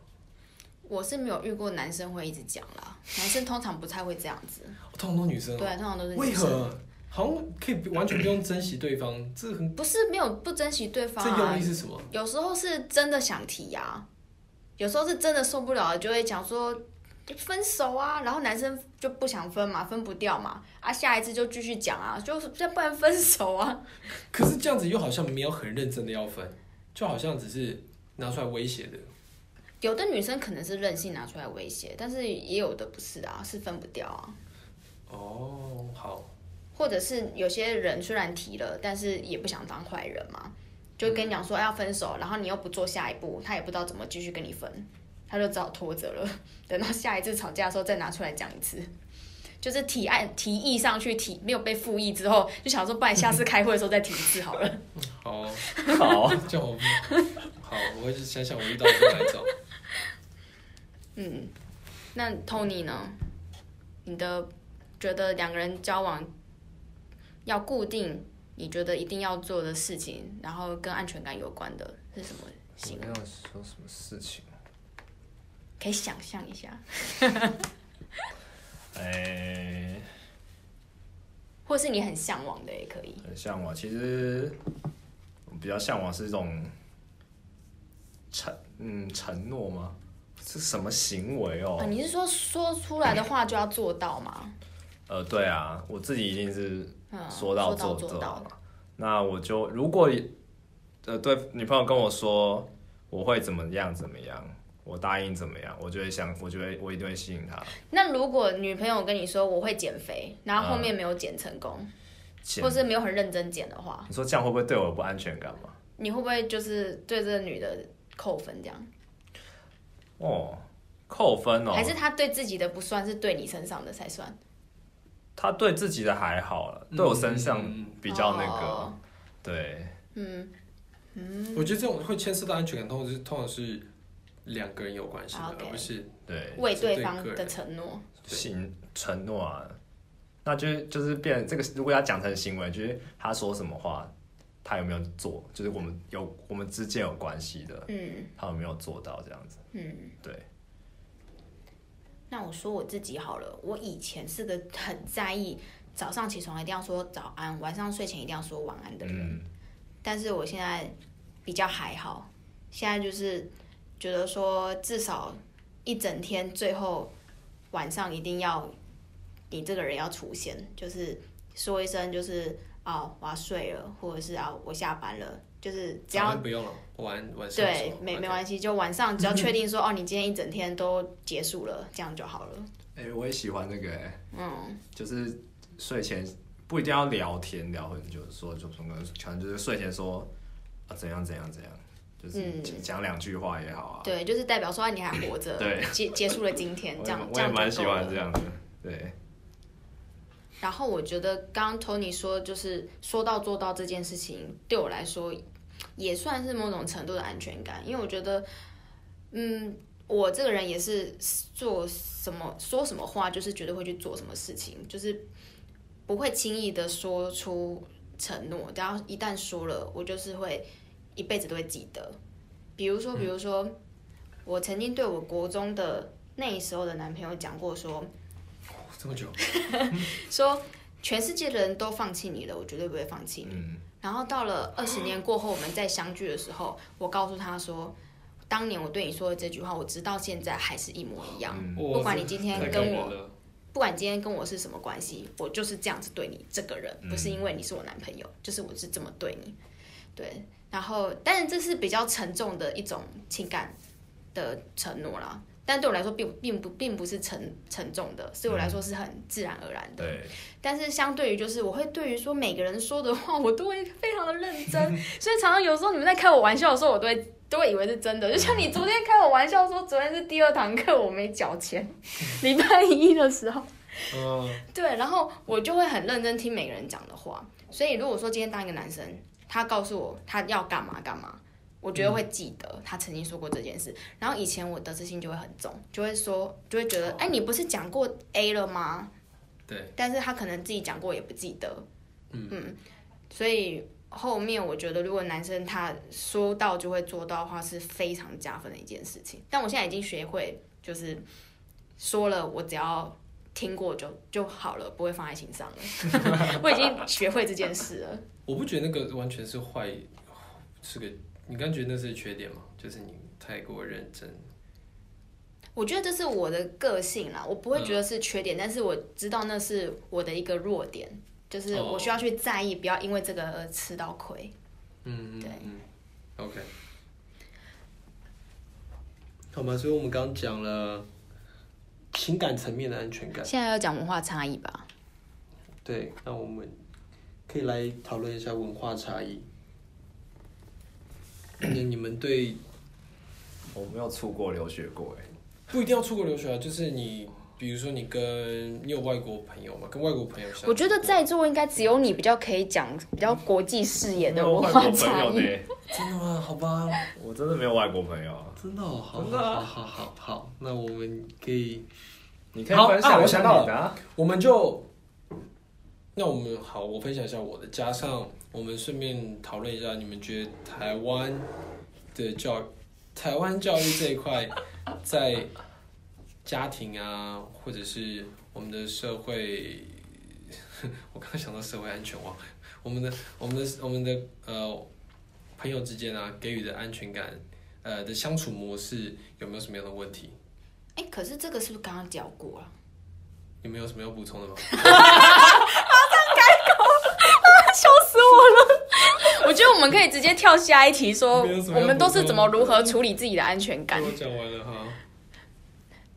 我是没有遇过男生会一直讲啦， 男生通常不太会这样子，
通常都女生、
对，
哦，
通常都是
为
女生。
何好像可以完全不用珍惜对方？这很
不是没有不珍惜对方
这用
啊
意，是什么？
有时候是真的想提啊，有时候是真的受不了了，啊就会讲说就分手啊，然后男生就不想分嘛，分不掉嘛，啊，下一次就继续讲啊，就是要不然分手啊，
可是这样子又好像没有很认真的要分，就好像只是拿出来威胁的。
有的女生可能是任性拿出来威胁，但是也有的不是啊，是分不掉啊。
哦，好。
或者是有些人虽然提了，但是也不想当坏人嘛，就跟你讲说哎要分手，然后你又不做下一步，他也不知道怎么继续跟你分，他就只好拖着了，等到下一次吵架的时候再拿出来讲一次。 就是提案提议上去提没有被复议之后，就想说，不然下次开会的时候再提一次好了。
好哦，
好，
叫我不好，我会去想想我遇到的是哪 一种。
嗯，那 Tony 呢？你的觉得两个人交往要固定，你觉得一定要做的事情，然后跟安全感有关的是什么行
我要说什么事情？
可以想象一下，
哎、
或是你很向往的也可以。
很向往。其实我比较向往是一种承嗯承诺吗？是什么行为哦、
啊，你是说说出来的话就要做到 吗？
呃，对啊，我自己一定是
嗯，
说到
做
做
到
嘛。。那我就如果呃对女朋友跟我说我会怎么样怎么样，我答应怎么样，我就会想，我就会我一定会吸引她。
那如果女朋友跟你说我会减肥，然后后面没有减成功，
减
或是没有很认真减的话，
你说这样会不会对我有不安全感吗？
你会不会就是对这个女的扣分这样？
哦，扣分哦。
还是她对自己的不算，是对你身上的才算？
他对自己的还好了，对我身上
嗯
比较那个，
哦
对，
嗯
我觉得这种会牵涉到安全感，通常是通常是两个人有关系的，
啊，OK
而不是
对，
为
是对
对方
个人
的承诺，
行承诺啊，那就是就是变这个，如果要讲成行为，就是他说什么话，他有没有做，就是我们有我们之间有关系的，
嗯
他有没有做到这样子，
嗯。
对，
那我说我自己好了，我以前是个很在意早上起床一定要说早安，晚上睡前一定要说晚安的人。
嗯，
但是我现在比较还好，现在就是觉得说至少一整天最后晚上一定要你这个人要出现，就是说一声就是啊、我要睡了，或者是啊我下班了，就是只
早
要
安不用了，晚晚上
对没没
系。
关系，就晚上只要确定 说哦你今天一整天都结束了，这样就好了。
哎、我也喜欢这个、哎，
嗯，
就是睡前不一定要聊天聊很久，说就可能可能就是睡前说啊怎样怎样怎样，就是
嗯
讲讲两句话也好啊，，
对，就是代表说啊你还活着
对，
结结束了今天
我
这
也
样，
我
这
也
样就
蛮喜
够
欢
了
这样的，对。
然后我觉得刚刚 Tony 说，就是说到做到这件事情，对我来说也算是某种程度的安全感，因为我觉得，嗯，我这个人也是做什么说什么话，就是绝对会去做什么事情，就是不会轻易的说出承诺，然后一旦说了，我就是会一辈子都会记得。比如说，比如说，我曾经对我国中的那时候的男朋友讲过说。
这么久，
说全世界的人都放弃你了，我绝对不会放弃你。
嗯
然后到了二十年过后，我们再相聚的时候，我告诉他说，当年我对你说的这句话，我直到现在还是一模一样。
嗯，
我
不管你今天
太
跟
感人
我
了
不管今天跟我是什么关系，我就是这样子对你这个人，
嗯
不是因为你是我男朋友，就是我是这么对你。对，然后，但是这是比较沉重的一种情感的承诺啦。但对我来说并，并不并不是沉沉重的，对我来说是很自然而然的。
对，
但是相对于，就是我会对于说每个人说的话，我都会非常的认真，所以常常有时候你们在开我玩笑的时候，我都会都会以为是真的。就像你昨天开我玩笑说，昨天是第二堂课我没缴钱，礼拜一的时候，
嗯，
对，然后我就会很认真听每个人讲的话。所以如果说今天当一个男生，他告诉我他要干嘛干嘛，我觉得会记得他曾经说过这件事。然后以前我得失心就会很重，就会说就会觉得，哎、你不是讲过 A 了吗？
对，
但是他可能自己讲过也不记得，
嗯
所以后面我觉得如果男生他说到就会做到的话，是非常加分的一件事情。但我现在已经学会，就是说了，我只要听过就就好了，不会放在心上了。 我已经学会这件事了。
我不觉得那个完全是坏，是个你刚觉得那是缺点吗？就是你太过认真，
我觉得这是我的个性啦，我不会觉得是缺点，但是我知道那是我的一个弱点，就是我需要去在意，不要因为这个而吃到亏。
嗯，嗯
对
嗯，OK，好吧，所以我们刚刚讲了情感层面的安全感，
现在要讲文化差异吧？
对，那我们可以来讨论一下文化差异。那你们对
我没有出国留学过哎，
不一定要出国留学啊，就是你，比如说你跟你有外国朋友嘛，跟外国朋友相处过，
我觉得在座应该只有你比较可以讲比较国际视野的
我
文
外
化
国朋
差
友
异。
呢，
真的吗？好吧，
我真的没有外国朋友啊。
真的、哦，好，
真的啊
好好好好，那我们可以，
你可以
好
分享
啊
一
我
下
想到
你的啊，
我们就，那我们好，我分享一下我的，加上我们顺便讨论一下，你们觉得台湾的教台湾教育这一块，在家庭啊，或者是我们的社会，啊我刚刚想到社会安全网，我们的我们的我们的呃朋友之间啊，给予的安全感，呃的相处模式有没有什么样的问题？
哎、可是这个是不是刚刚讲过啊？
你们有什么要补充的吗？
笑死我了！我觉得我们可以直接跳下一题，说
没有什么
我
要
们都
补充
是怎么如何处理自己的安全感。
我讲完了哈。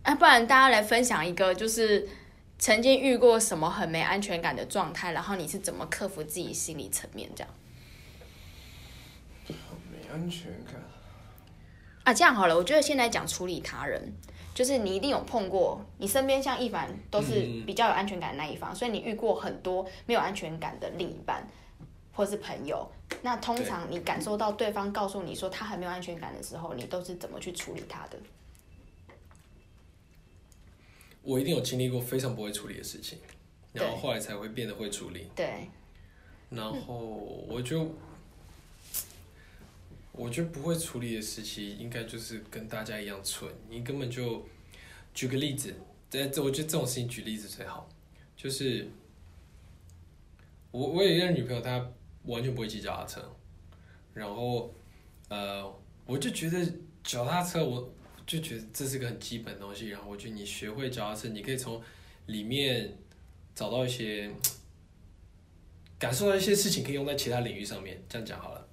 啊，不然大家来分享一个，就是曾经遇过什么很没安全感的状态，然后你是怎么克服自己心理层面这样
没安全感。
啊？这样好了，我觉得先来讲处理他人，就是你一定有碰过，你身边像一凡都是
嗯
比较有安全感的那一方，所以你遇过很多没有安全感的另一半或是朋友。那通
对
常你感受到对方告诉你说他很没有安全感的时候，你都是怎么去处理他的？
我一定有经历过非常不会处理的事情，
对
然后后来才会变得会处理。
对，
然后我就，我觉得不会处理的时期，应该就是跟大家一样蠢，你根本就举个例子，这这我觉得这种事情举例子最好，就是我我有一个女朋友，她完全不会骑脚踏车，然后呃，我就觉得脚踏车我。就觉得这是个很基本的东西，然后我觉得你学会脚踏车，你可以从里面找到一些感受到一些事情可以用在其他领域上面，这样讲好了。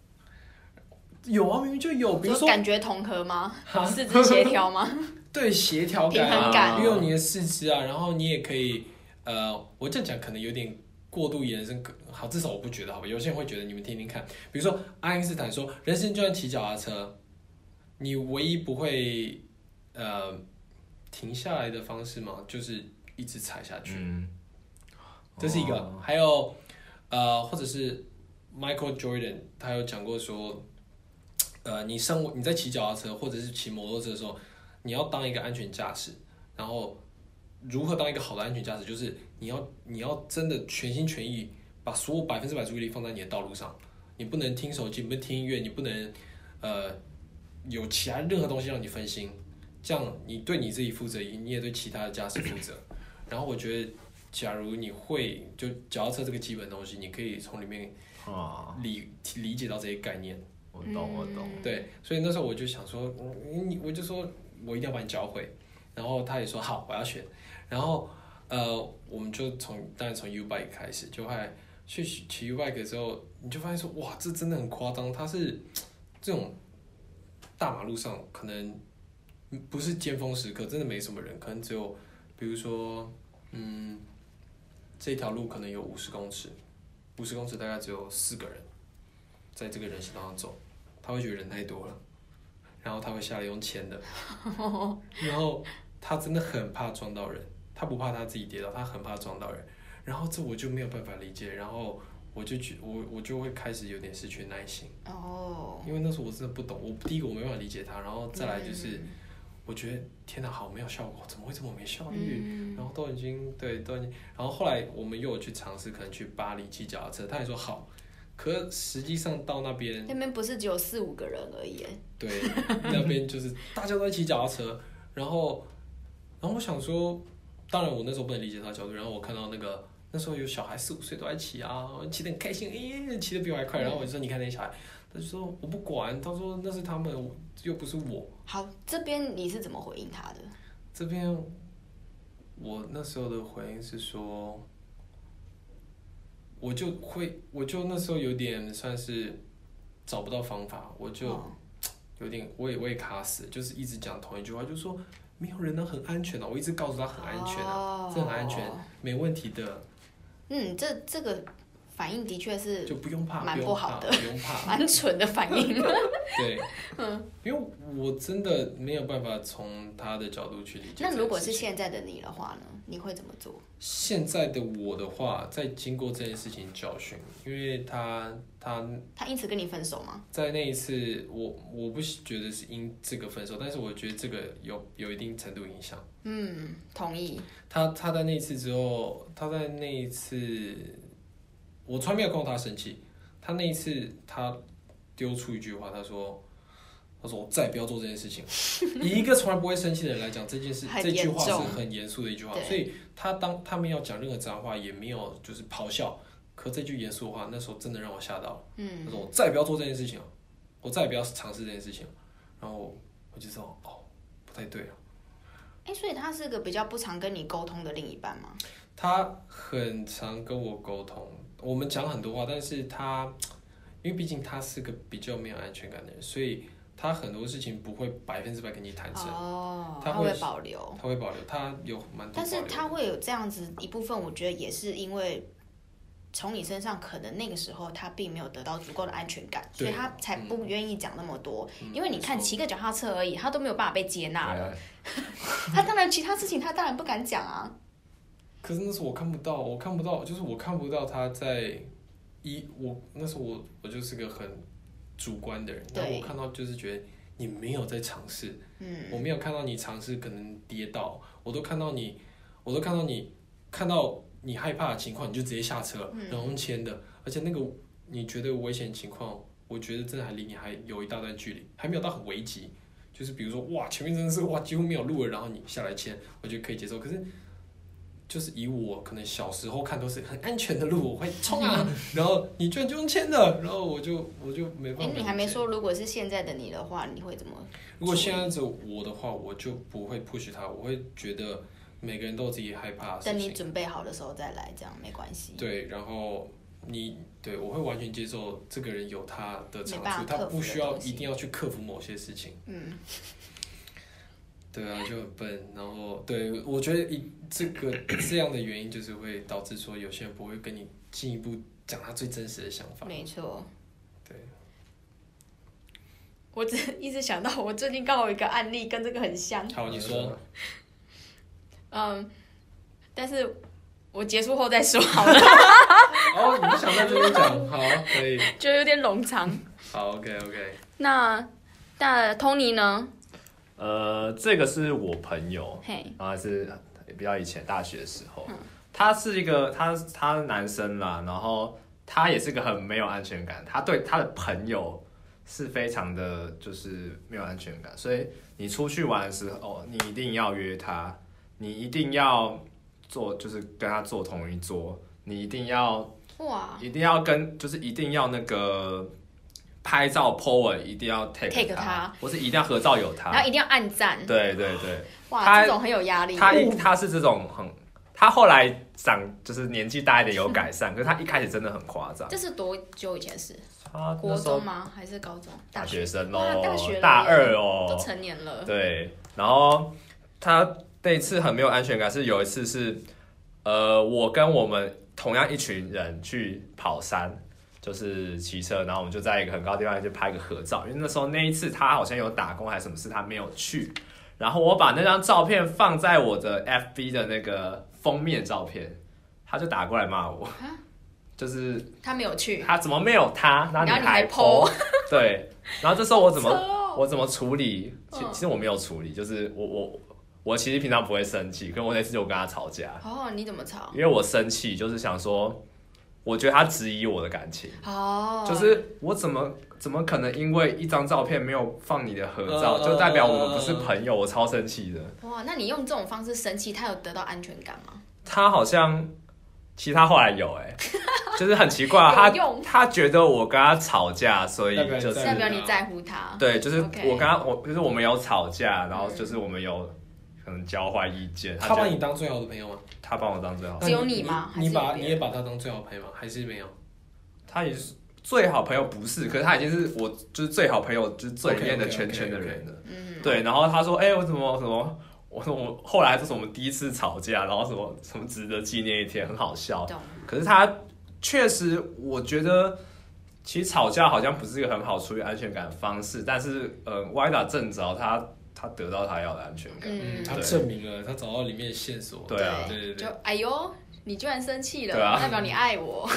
有啊，明明就有，比如
就
说
感觉统合吗？ 四肢协调吗？
对协调
平衡
感
感
啊，运用你的四肢啊，然后你也可以，呃，我这样讲可能有点过度延伸，可好，至少我不觉得，好吧？有些人会觉得，你们听听看，比如说爱因斯坦说，人生就像骑脚踏车，你唯一不会呃停下来的方式嘛，就是一直踩下去，
嗯，
这是一个。
哦
还有呃，或者是 Michael Jordan，他有讲过说，呃，你生活你在骑脚踏车或者是骑摩托车的时候，你要当一个安全驾驶，然后如何当一个好的安全驾驶，就是你要你要真的全心全意把所有百分之百注意力放在你的道路上，你不能听手机，你不能听音乐，你不能呃有其他任何东西让你分心。这样，你对你自己负责，你也对其他的驾驶负责。然后我觉得假如你会就脚踏车这个基本东西，你可以从里面
啊，
理理解到这些概念。
我
嗯
懂，我懂。
对，所以那时候我就想说，嗯你我就说我一定要把你教会。然后他也说好，我要学。然后呃，我们就从当然从 U bike 开始，就还去骑 U bike 之后，你就发现说哇，这真的很夸张，它是这种大马路上可能不是尖峰时刻，真的没什么人，可能只有比如说嗯，这条路可能有五十公尺，五十公尺大概只有四个人在这个人行道上走，他会觉得人太多了，然后他会下来用牵的， 然后他真的很怕撞到人，他不怕他自己跌倒，他很怕撞到人，然后这我就没有办法理解，然后我就觉我我就会开始有点失去耐心。
嗯
哦，
因为那时候我真的不懂，我第一个我没办法理解他，然后再来就是，我觉得天哪，好没有效果，怎么会这么没效率？然后都已经对都已经，然后后来我们又有去尝试，可能去巴黎骑脚踏车，他也说好，可实际上到那边
那边不是只有四五个人而已耶，
对，那边就是大家都在骑脚踏车， 然后，然后我想说，当然我那时候不能理解他的角度，然后我看到那个那时候有小孩四五岁都在骑啊，骑得很开心，哎、骑得比我还快，然后我就说你看那些小孩，他就说我不管，他说那是他们，我又不是我，
好，这边你是怎么回应他的？
这边我那时候的回应是说，我就会，我就那时候有点算是找不到方法，我就。
哦
有点我也我也卡死，就是一直讲同一句话，就说没有人能很安全的、啊我一直告诉他很安全啊，
哦
这很安全，没问题的，
嗯，这这个反应的确是
就不用怕，
蛮
不
不
用怕，
好的
不用 怕，
蛮蠢的反 应。
对，
嗯
因为我真的没有办法从他的角度去理解这件事情。
那如果是现在的你的话呢？你会怎么做？
现在的我的话，在经过这件事情教训，因为他他
他因此跟你分手吗？
在那一次，我我不觉得是因这个分手，但是我觉得这个有有一定程度影响。
嗯，同意。
他他在那一次之后，他在那一次，我从来没有看过他生气。他那一次，他丢出一句话，他说：“他说我再也不要做这件事情。 以一个从来不会生气的人来讲，这件事
很
这句话
严重
是很严肃的一句话，
对
所以他当他们要讲任何脏话，也没有就是咆哮。可这句严肃的话，那时候真的让我吓到了。嗯，他说我再也不要做这件事情了，我再也不要尝试这件事情了。然后我就知道哦，不太对了。
哎、所以他是个比较不常跟你沟通的另一半吗？
他很常跟我沟通，我们讲很多话，但是他，因为毕竟他是个比较没有安全感的人，所以他很多事情不会百分之百跟你坦诚，
哦，
他
他
会
会保留，
他会保留，他有蛮多保
但是
留的。
他会有这样子一部分，我觉得也是因为从你身上，可能那个时候他并没有得到足够的安全感，所
对
以他才不愿意讲那么多。
嗯
因为你看
没错
骑个脚踏车而已，他都没有办法被接纳了。
对
他当然其他事情他当然不敢讲啊。
可是那时候我看不到，我看不到，就是我看不到他在一我那时候我我就是个很主观的人，
对
然后我看到就是觉得你没有在尝试，
嗯，
我没有看到你尝试可能跌倒，我都看到你，我都看到你看到你害怕的情况，你就直接下车了，
嗯
然后用牵的，而且那个你觉得危险情况，我觉得真的还离你还有一大段距离，还没有到很危急，就是比如说哇前面真的是哇几乎没有路了，然后你下来牵，我觉得可以接受，可是。就是以我可能小时候看都是很安全的路，我会冲啊，
嗯
然后你居然就用牵的，然后我就我就没
哎、
办法。
你还没说，如果是现在的你的话，你会怎么？
如果现在只有我的话，我就不会 push 他，我会觉得每个人都有自己害怕的
等
事
你
情。
准备好的时候再来，这样没关系。
对，然后你对我会完全接受这个人有他的长
没办
处，
法
他
克
不
服的
需要
东西
一定要去克服某些事情。
嗯，
对啊，就很笨。然后对我觉得一这个这样的原因，就是会导致说有些人不会跟你进一步讲他最真实的想法。
没错。
对，
我 只一直想到，我最近刚好有一个案例跟这个很像，
好，你说，
嗯，但是我结束后再说好了，
哦，你不想在这边讲，好，可以，
就有点冗长。
好，OK OK，
那那 Tony 呢？
呃，这个是我朋友，
嘿，
然后还是比较以前大学的时候，
嗯
他是一个他他是男生啦，然后他也是个很没有安全感，他对他的朋友是非常的就是没有安全感，所以你出去玩的时候，哦你一定要约他，你一定要坐就是跟他坐同一桌，你一定要
啊
哇，
一定要跟，就是一定要那个拍照 po 文，一定要 take
Take 他
或是一定要合照有他。
然后一定要按赞，
对对对，
哇，
他
这种很有压力。
他一他是这种很，他后来长就是年纪大一点有改善，可是他一开始真的很夸张。
这是多久以前的事？
他那
国
时候
中吗？还是高中？
大学生
哇
喽
大学了，耶
大二
都
哦，
成年了，
对，然后他那一次很没有安全感，是有一次是，呃，我跟我们同样一群人去跑山，就是骑车，然后我们就在一个很高地方去拍个合照，因为那时候那一次他好像有打工还是什么事，他没有去，然后我把那张照片放在我的 FB 的那个封面照片，他就打过来骂我，就是
他没有去，
他怎么没有他？然后
然后你
还
还 po
对，然后这时候我 怎
扯
么
哦
我怎么处理？其
嗯
其实我没有处理，就是我我我其实平常不会生气，可我那次就跟他吵架，
哦，你怎么吵？
因为我生气就是想说，我觉得他质疑我的感情，
哦，
就是我怎么怎么可能因为一张照片没有放你的合照，
哦
嗯
就代表我们不是朋友？我超生气的。
哇，那你用这种方式生气，他有得到安全感吗？
他好像，其实他后来有 哎、就是很奇怪啊，他
有用
他觉得我跟他吵架，所以
代表你
就
在
是
代表你在乎他，
对，就是
啊 OK
我跟他，我就是我们有吵架，然后就是我们有可能交换意见。
他把
觉得
你当最好的朋友吗？
他帮我当最好
只，有你吗
你
还是
你
有
把
别
你
人
也把他当最好的朋友吗？还是没有？
他也是最好朋友不是，可是他已经是我就是最好朋友，就是最里面的
OK，OK，OK，
圈圈的
OK
人了。
嗯，
对，然后他说，哎、我怎么什么，我说我后来就是我们第一次吵架，然后什么什么值得纪念一天，很好笑。
懂。
可是他确实，我觉得其实吵架好像不是一个很好处理安全感的方式，但是呃，歪打正着他，他得到他要的安全感。
嗯
他
对
证明了，他找到里面的线索。
对啊
对对
就
对，
哎呦，你居然生气
对
了，
啊
代表你爱我。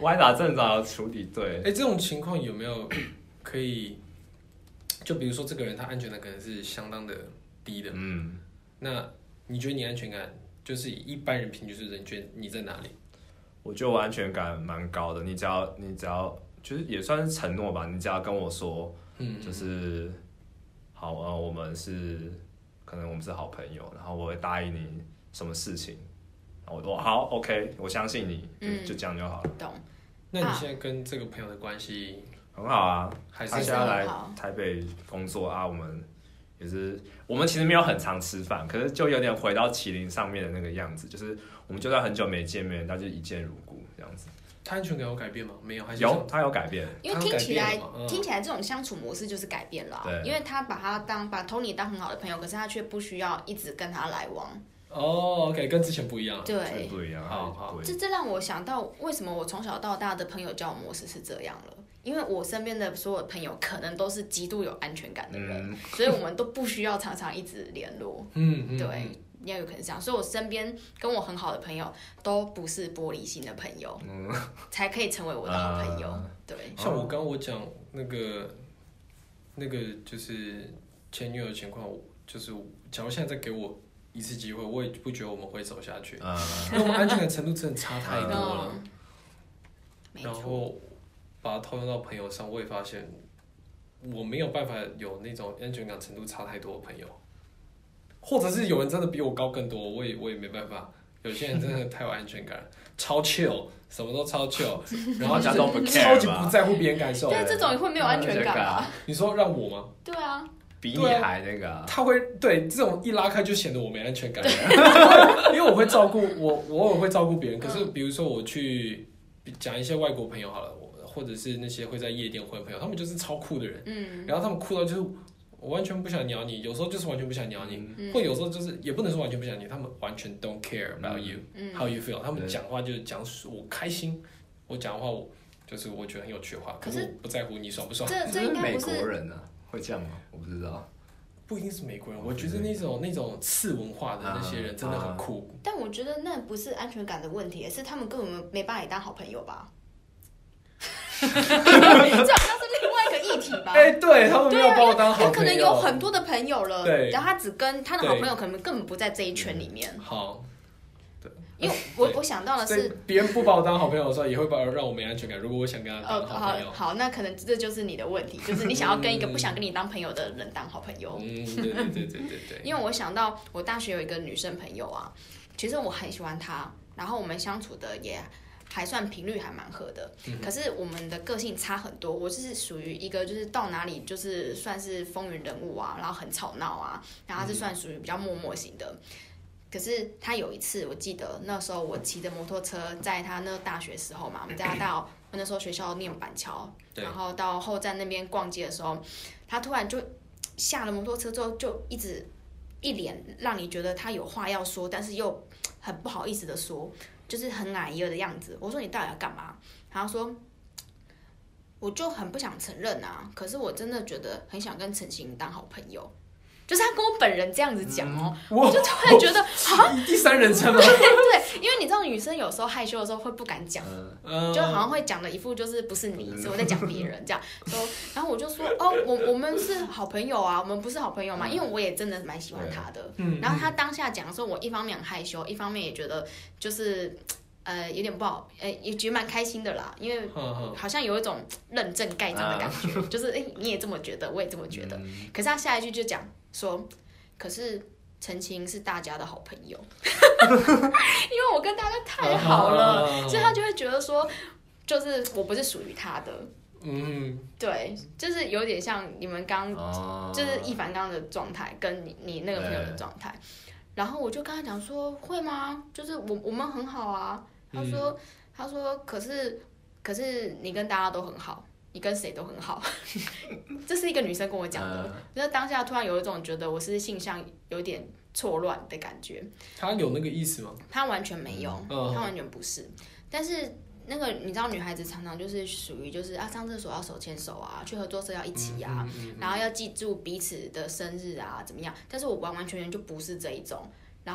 歪打正着处理对
哎、，这种情况有没有 可以？就比如说，这个人他安全感可能是相当的低的，
嗯，
那你觉得你安全感就是以一般人平均水准，你觉得你在哪里？
我觉得我安全感蛮高的。你只要你只要就是也算是承诺吧，你只要跟我说
嗯，
就是好呃，我们是可能我们是好朋友，然后我会答应你什么事情，然后我我好 OK，我相信你，
嗯
就就这样就好了，
懂？
那你现在跟这个朋友的关系
很好啊。
还
他
是
现在来
很好
台北工作啊，我们也是，我们其实没有很常吃饭，可是就有点回到麒麟上面的那个样子，就是我们就算很久没见面，但就一见如故这样子。
他安全感有改变吗？没有，还是
有，他有改变，
因为
他
听
改
起
变
来
了嘛嗯
听起来这种相处模式就是改变了啊、
对
因为他把他当把 Tony 当很好的朋友，可是他却不需要一直跟他来往。
哦，OK，跟之前不一样了。
这个
对，
不一样，
好
他有
好
对
这这让我想到为什么我从小到大的朋友交往模式是这样了，因为我身边的所有朋友可能都是极度有安全感的人，
嗯，
所以我们都不需要常常一直联络。
嗯，嗯
对，，也有可能是这样。所以我身边跟我很好的朋友都不是玻璃心的朋友，
嗯
才可以成为我的好朋友。
啊
对，
像我刚刚我讲那个那个就是前女友的情况，我就是假如现在再给我一次机会，我也不觉得我们会走下去，
嗯，
因为我们安全感程度真的差太多了。
嗯没
然
错，
后把它套用到朋友上，我也发现我没有办法有那种安全感程度差太多的朋友，或者是有人真的比我高更多，我也我也没办法。有些人真的太有安全感了，超 chill，什么都超 chill，然后
大家都不 care
超级
嘛
不在乎别人感受。
对这种也会没有安全感啊。
你说让我吗？
对啊，
比你还那个啊，
他会对这种一拉开就显得我没安全 感， 因为我会照顾我，我偶尔会照顾别人。可是
嗯
比如说我去讲一些外国朋友好了，我或者是那些会在夜店混的朋友，他们就是超酷的人，
嗯，
然后他们酷到就是我完全不想鸟你，有时候就是完全不想鸟你，
嗯
或有时候就是也不能说完全不想你，他们完全 don't care about you、
嗯
how you feel，他们
对
讲话就是讲我开心，我讲的话我就是我觉得很有趣的话，可
可
是
是
我不在乎你爽不爽。
这这
是
应该
美
不
国
是
人啊，会这样吗？我不知道，
不一定是美国人，我觉得那种那种次文化的那些人真的很酷。
但我觉得那不是安全感的问题，是他们根本没把你当好朋友 吧？这好像是另外一个议题 吧。
哎、对他们没
对
有
啊，
把我当
因为
好
他可
朋
能
友。
有很多的朋友了，
对
然后他只跟他的好
对
朋友可能根本不在这一圈里面。
好，
因为我
对
我想到的
所以
啊是，
别人不把我当好朋友的时候，也会把我让我没安全感。如果我想跟他
呃，
当好
好
朋友，
好，那可能这就是你的问题，就是你想要跟一个不想跟你当朋友的人当好朋友。
嗯，对对对对对对，
因为我想到我大学有一个女生朋友啊，其实我很喜欢她，然后我们相处的也还算频率还蛮合的，可是我们的个性差很多。我就是属于一个就是到哪里就是算是风云人物啊，然后很吵闹啊，然后她是算属于比较默默型的。可是她有一次，我记得那时候我骑着摩托车，在她那大学时候嘛，我们带她到我那时候学校念板桥，
对
然后到后站那边逛街的时候，她突然就下了摩托车之后，就一直一脸让你觉得他有话要说，但是又很不好意思的说，就是很矮一的样子。我说你到底要干嘛？然后说，我就很不想承认啊，可是我真的觉得很想跟陈行当好朋友。就是他跟我本人这样子讲
嗯
哦、我
我
就突然觉得，啊
第三人称吗？
对，因为你知道女生有时候害羞的时候会不敢讲
嗯，
嗯
就好像会讲的一副就是不是你，是我在讲别人这样。说，然后我就说哦，我我们是好朋友啊，我们不是好朋友嘛，因为我也真的蛮喜欢他的。
嗯
然后他当下讲的时候，我一方面很害羞，一方面也觉得就是呃有点不好，呃也觉得蛮开心的啦，因为
哼哼
好像有一种认证盖章的感觉，就是哎、诶你也这么觉得，我也这么觉得。可是他下一句就讲说，可是。陈情是大家的好朋友，因为我跟大家太好
啊
了，所以他就会觉得说，就是我不是属于他的，
嗯，
对，就是有点像你们刚，
哦，
就是一凡刚刚的状态，跟你你那个朋友的
对
状态。然后我就跟他讲说，会吗？就是我我们很好啊。他说、他说可是可是你跟大家都很好，你跟谁都很好。 这是一个女生跟我讲的，就是当下突然有一种觉得我是性向有点错乱的感觉。
他有那个意思吗？
他完全没有，
嗯
他完全不是。但是那个你知道，女孩子常常就是属于就是啊，上厕所要手牵手啊，去合作社要一起啊，
嗯
然后要记住彼此的生日啊，怎么样？但是我完完全全就不是这一种。然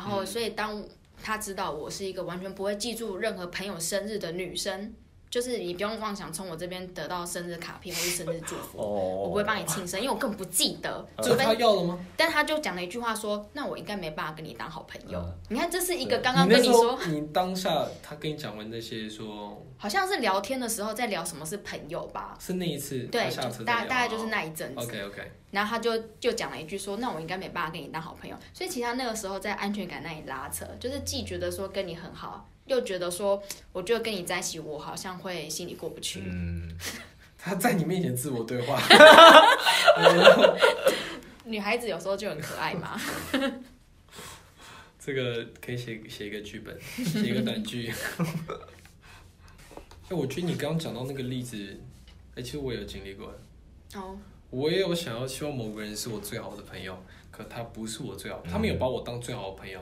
嗯
后，所以当他知道我是一个完全不会记住任何朋友生日的女生，就是你不用妄想从我这边得到生日卡片或是生日祝福，
哦，
我不会帮你庆生，因为我根本不记得，
嗯这
除
他
非。
要了吗？
但他就讲了一句话说：“那我应该没办法跟你当好朋友。
嗯
你看，这是一个刚刚跟
那
你
时
说，
候，你当下他跟你讲完那些说，
好像是聊天的时候在聊什么是朋友吧？
是那一次
对，
他
就
下车啊
大大概就是那一阵子。
OK OK，
然后他就就讲了一句说，那我应该没办法跟你当好朋友。所以其实他那个时候在安全感那里拉扯，就是既觉得说跟你很好，又觉得说我觉得跟你在一起，我好像会心里过不去。
嗯，
他在你面前自我对话，
女孩子有时候就很可爱嘛，
这个可以写写一个剧本，写一个短剧。 哎、我觉得你刚刚讲到那个例子，哎、其实我也有经历过，
哦，
我也有想要希望某个人是我最好的朋友，可他不是我最
嗯
好，他们有把我当最好的朋友，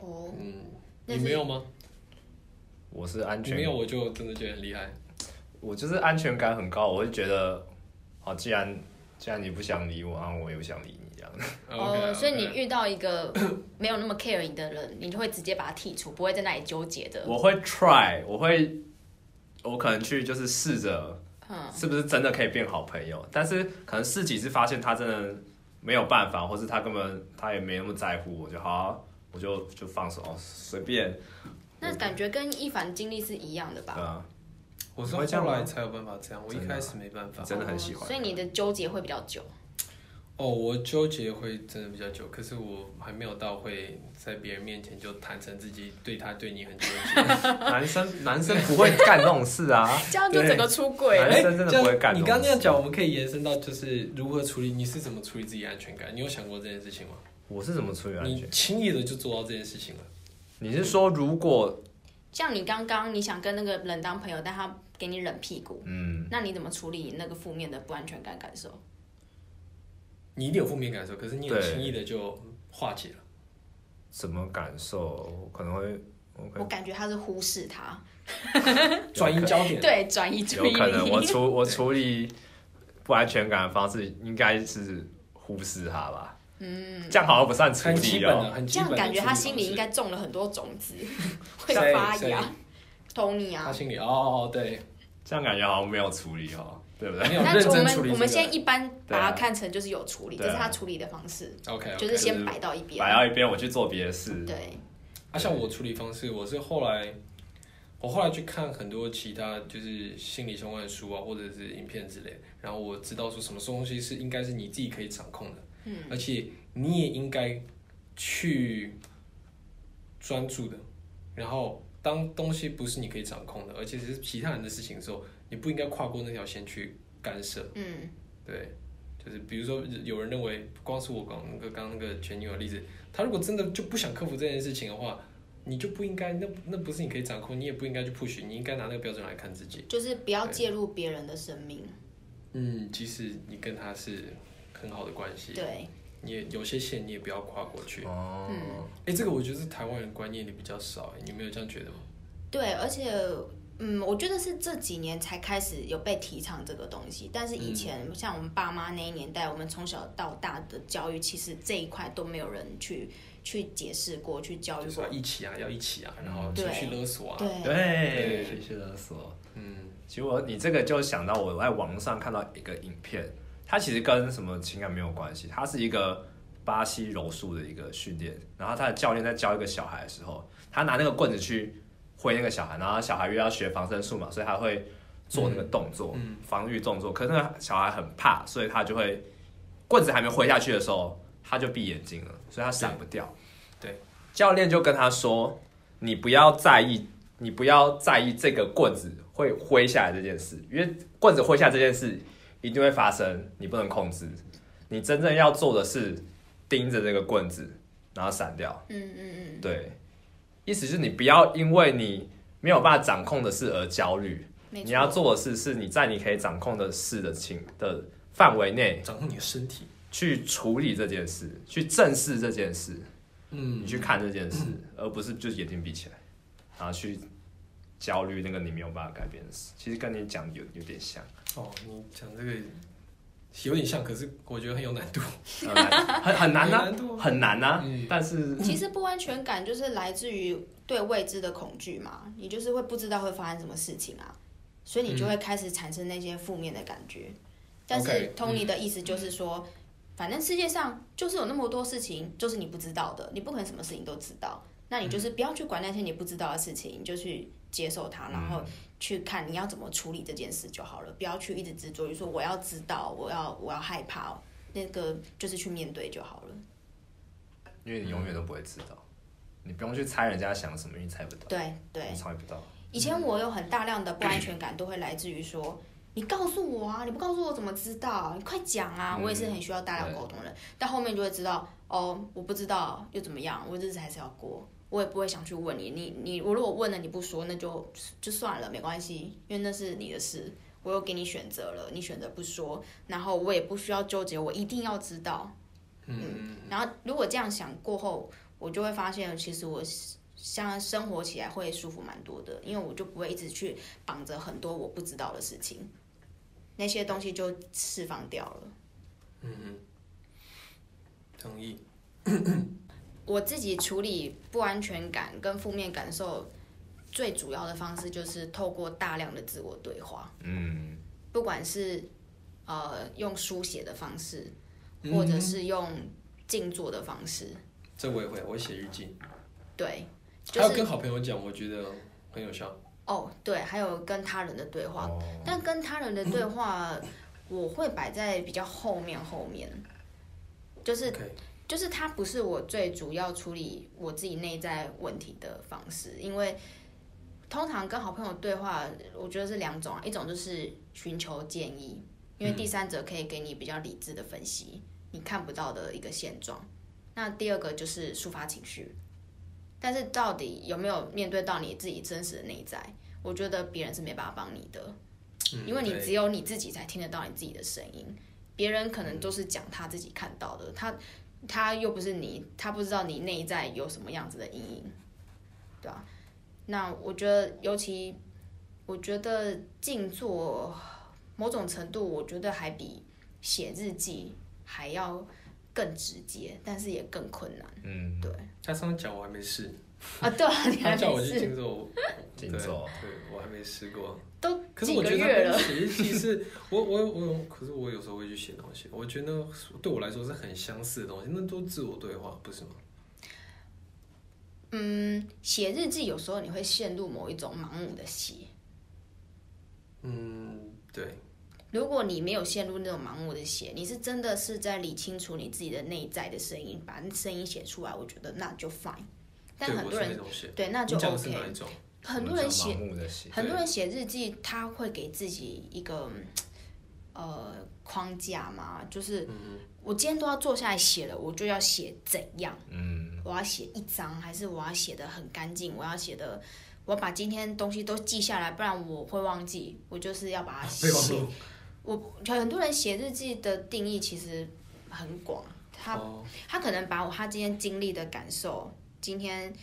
哦，
嗯，
那
你
是
没有吗？
我是安
你
全
没有，我就真的觉得很厉害。
我就是安全感很高，我会觉得，好，既然既然你不想理我，啊，我也不想理你这样。
OK，OK
哦，所以你遇到一个呃没有那么 care 你的人，你就会直接把他剔除，不会在那里纠结的。
我会 try，我会，我可能去就是试着，
嗯，
是不是真的可以变好朋友？但是可能试几次发现他真的没有办法，或是他根本他也没那么在乎我，就好啊、我就就放手，哦随便，
那感觉跟一凡经历是一样的
对
吧？
啊，
我是
你会这样
后
吗
来才有办法这样，我一
真的啊
开始没办法。
真的很喜欢
哦所以你的纠结会比较久。
哦，我纠结会真的比较久，可是我还没有到会在别人面前就坦诚自己对他对你很纠结。
男生 男生不会干这种事啊，
这样就整个出轨
男
了。
哎
生真
这
的
样
不会干这种事。
你刚刚那样讲，我们可以延伸到就是如何处理，你是怎么处理自己的安全感？你有想过这件事情吗？
我是怎么处理安
你
全？
轻易的就做到这件事情了。
你是说如果
像你刚刚你想跟那个人当朋友，但他给你冷屁股，
嗯？
那你怎么处理你那个负面的不安全感感受？
你一定有负面感受，可是你很
对
轻易的就化解了。
什么感受？可能会，我可
我感觉他是忽视他，
转移焦点，
对，转移注
有
意
可能 我
力。
处我处理不安全感的方式应该是忽视它吧。嗯，这样好像不算处
很基
理
本的，
哦。
很基
这
本
样
的
感觉他
处理
心里
方式
应该种了很多种 子，会
谁
发
谁
芽。Tony
他
啊，
心里哦哦对，
这样感觉好像没有处理哦，对不对？
没有
那
认
我
真处理这
们
个。
我们现在一般
对
把
啊
它看成就是有处理，这
对啊
是他处理的方式，
OK，
就是先
就是
摆到一边
摆。到一边，我去做别的事。
对，
啊，像我处理方式，我是后来，我后来去看很多其他就是心理相关的书啊，或者是影片之类，然后我知道说什么东西是应该是你自己可以掌控的，嗯，而且你也应该去专注的，然后当东西不是你可以掌控的，而且是其他人的事情的时候，你不应该跨过那条线去干涉。
嗯，
对，就是比如说有人认为，光是我讲那个刚刚那个前女友的例子，她如果真的就不想克服这件事情的话，你就不应该，那那不是你可以掌控，你也不应该去 push，你应该拿那个标准来看自己。
就是不要介入别人的生命。
嗯，即使你跟他是很好的关系，
对，
你也有些线你也不要跨过去。
哦，
嗯
哎、这个我觉得是台湾人观念里比较少，诶你没有这样觉得吗？
对，而且，嗯，我觉得是这几年才开始有被提倡这个东西，但
嗯
是以前、像我们爸妈那一年代，我们从小到大的教育，其实这一块都没有人去去解释过，去教
就
育
是
过
要。一起啊，要一起啊，然后
嗯对
情绪勒索啊，
对，
对，情绪勒索。
嗯，
其实我你这个就想到我在网络上看到一个影片，它其实跟什么情感没有关系，它是一个巴西柔术的一个训练，然后他的教练在教一个小孩的时候，他拿那个棍子去挥那个小孩，然后小孩因为要学防身术嘛，所以他会做那个动作，防御动作，可是那个小孩很怕，所以他就会棍子还没挥下去的时候，他就闭眼睛了，所以他闪不掉。
对对
教练就跟他说：“你不要在意，你不要在意这个棍子会挥下来这件事，因为棍子挥下这件事一定会发生，你不能控制。你真正要做的是盯着这个棍子，然后闪掉。
嗯嗯嗯，
对，意思是你不要因为你没有办法掌控的事而焦虑，
没
你要
错。
做的事是你在你可以掌控的事的情的范围内
掌控你的身体，
去处理这件事，去正视这件事，
嗯
你去看这件事，而不是就是眼睛闭起来，然后去焦虑那个你没有办法改变的事。其实跟你讲有有点像，
哦，你讲这个有点像，可是我觉得很有难度。
很难很很难
有
呐
难度，啊
很难呐
嗯。
但是
其实不安全感就是来自于对未知的恐惧嘛，你就是会不知道会发生什么事情啊，所以你就会开始产生那些负面的感觉。但是
OK，嗯
Tony 的意思就是说，反正世界上就是有那么多事情，就是你不知道的，你不可能什么事情都知道。那你就是不要去管那些你不知道的事情，你就去接受
嗯
它，然后去看你要怎么处理这件事就好了，不要去一直执着于说我要知道，我要我要害怕哦，那个就是去面对就好了。
因为你永远都不会知道，你不用去猜人家想什么，因为猜不到，
对对。
你猜不到。
以前我有很大量的不安全感，都会来自于说，你告诉我啊，你不告诉我怎么知道？你快讲啊！
嗯
我也是很需要大量沟通的人，但后面就会知道，哦，我不知道又怎么样？我日子还是要过，我也不会想去问你。你你我如果问了你不说，那就就算了，没关系，因为那是你的事。我又给你选择了，你选择不说，然后我也不需要纠结，我一定要知道。
嗯，
然后如果这样想过后，我就会发现，其实我像生活起来会舒服蛮多的，因为我就不会一直去绑着很多我不知道的事情，那些东西就释放掉了。
嗯同意。
我自己处理不安全感跟负面感受，最主要的方式就是透过大量的自我对话，
嗯，
不管是呃用书写的方式，或者是用静坐的方式，
这我也会，我会写日记，
对，就
还有
是
跟好朋友讲，我觉得很有效。
哦对，还有跟他人的对话，
哦，
但跟他人的对话，我会摆在比较后面后面，就是
可以，
就是它不是我最主要处理我自己内在问题的方式，因为通常跟好朋友对话，我觉得是两种啊，一种就是寻求建议，因为第三者可以给你比较理智的分析你看不到的一个现状。那第二个就是抒发情绪，但是到底有没有面对到你自己真实的内在，我觉得别人是没办法帮你的。
嗯
因为你
对
只有你自己才听得到你自己的声音，别人可
嗯
能都是讲他自己看到的，他他又不是你，他不知道你内在有什么样子的阴影，对吧、那我觉得，尤其我觉得静坐某种程度，我觉得还比写日记还要更直接，但是也更困难
嗯，
他上次讲我还没试，
啊。对啊， 你
他
还
叫我
没
去
试，
静坐，我
静坐，
对对我还没试过。
都
可是
几
我
个
觉得
月
他
了
跟，写日记是，我我我有，可是我有时候会去写东西，我觉得对我来说是很相似的东西，那都自我对话，不是吗？
嗯，写日记有时候你会陷入某一种盲目的写。
嗯，对，
如果你没有陷入那种盲目的写，你是真的是在理清楚你自己的内在的声音，把声音写出来，我觉得那就 fine。但
对
很
我
多
是那
人
种写，
对那就
你讲的是哪
OK。
一种？
很多人写
我们就盲目的写，
很多人写日记，他会给自己一个嗯呃框架嘛，
嗯
就是我今天都要坐下来写了，我就要写怎样。
嗯，
我要写一张，还是我要写的很干净？我要写的，我要把今天东西都记下来，不然我会忘记。我就是要 把它
备忘
啊写
录。
我很多人写日记的定义其实很广，他
哦，
他可能把我他今天经历的感受，今天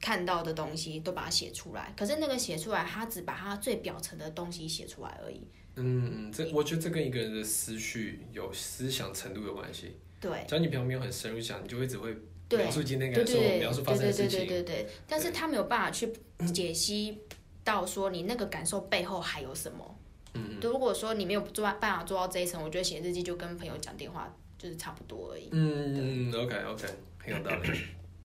看到的东西都把它写出来。可是那个写出来，他只把他最表层的东西写出来而已。
嗯嗯，这我觉得这跟一个人的思绪有思想程度有关系。
对
只要你平常没有很深入想，你就会只会
对
描述今天
对
感受，
对
描述
对
发生的
对
事
对对
情。
对对，但是他没有办法去解析到说你那个感受背后还有什么。
嗯
如果说你没有做到办法做到这一层，我觉得写日记就跟朋友讲电话就是差不多而已。
嗯嗯，OK 嗯 OK，很有道理。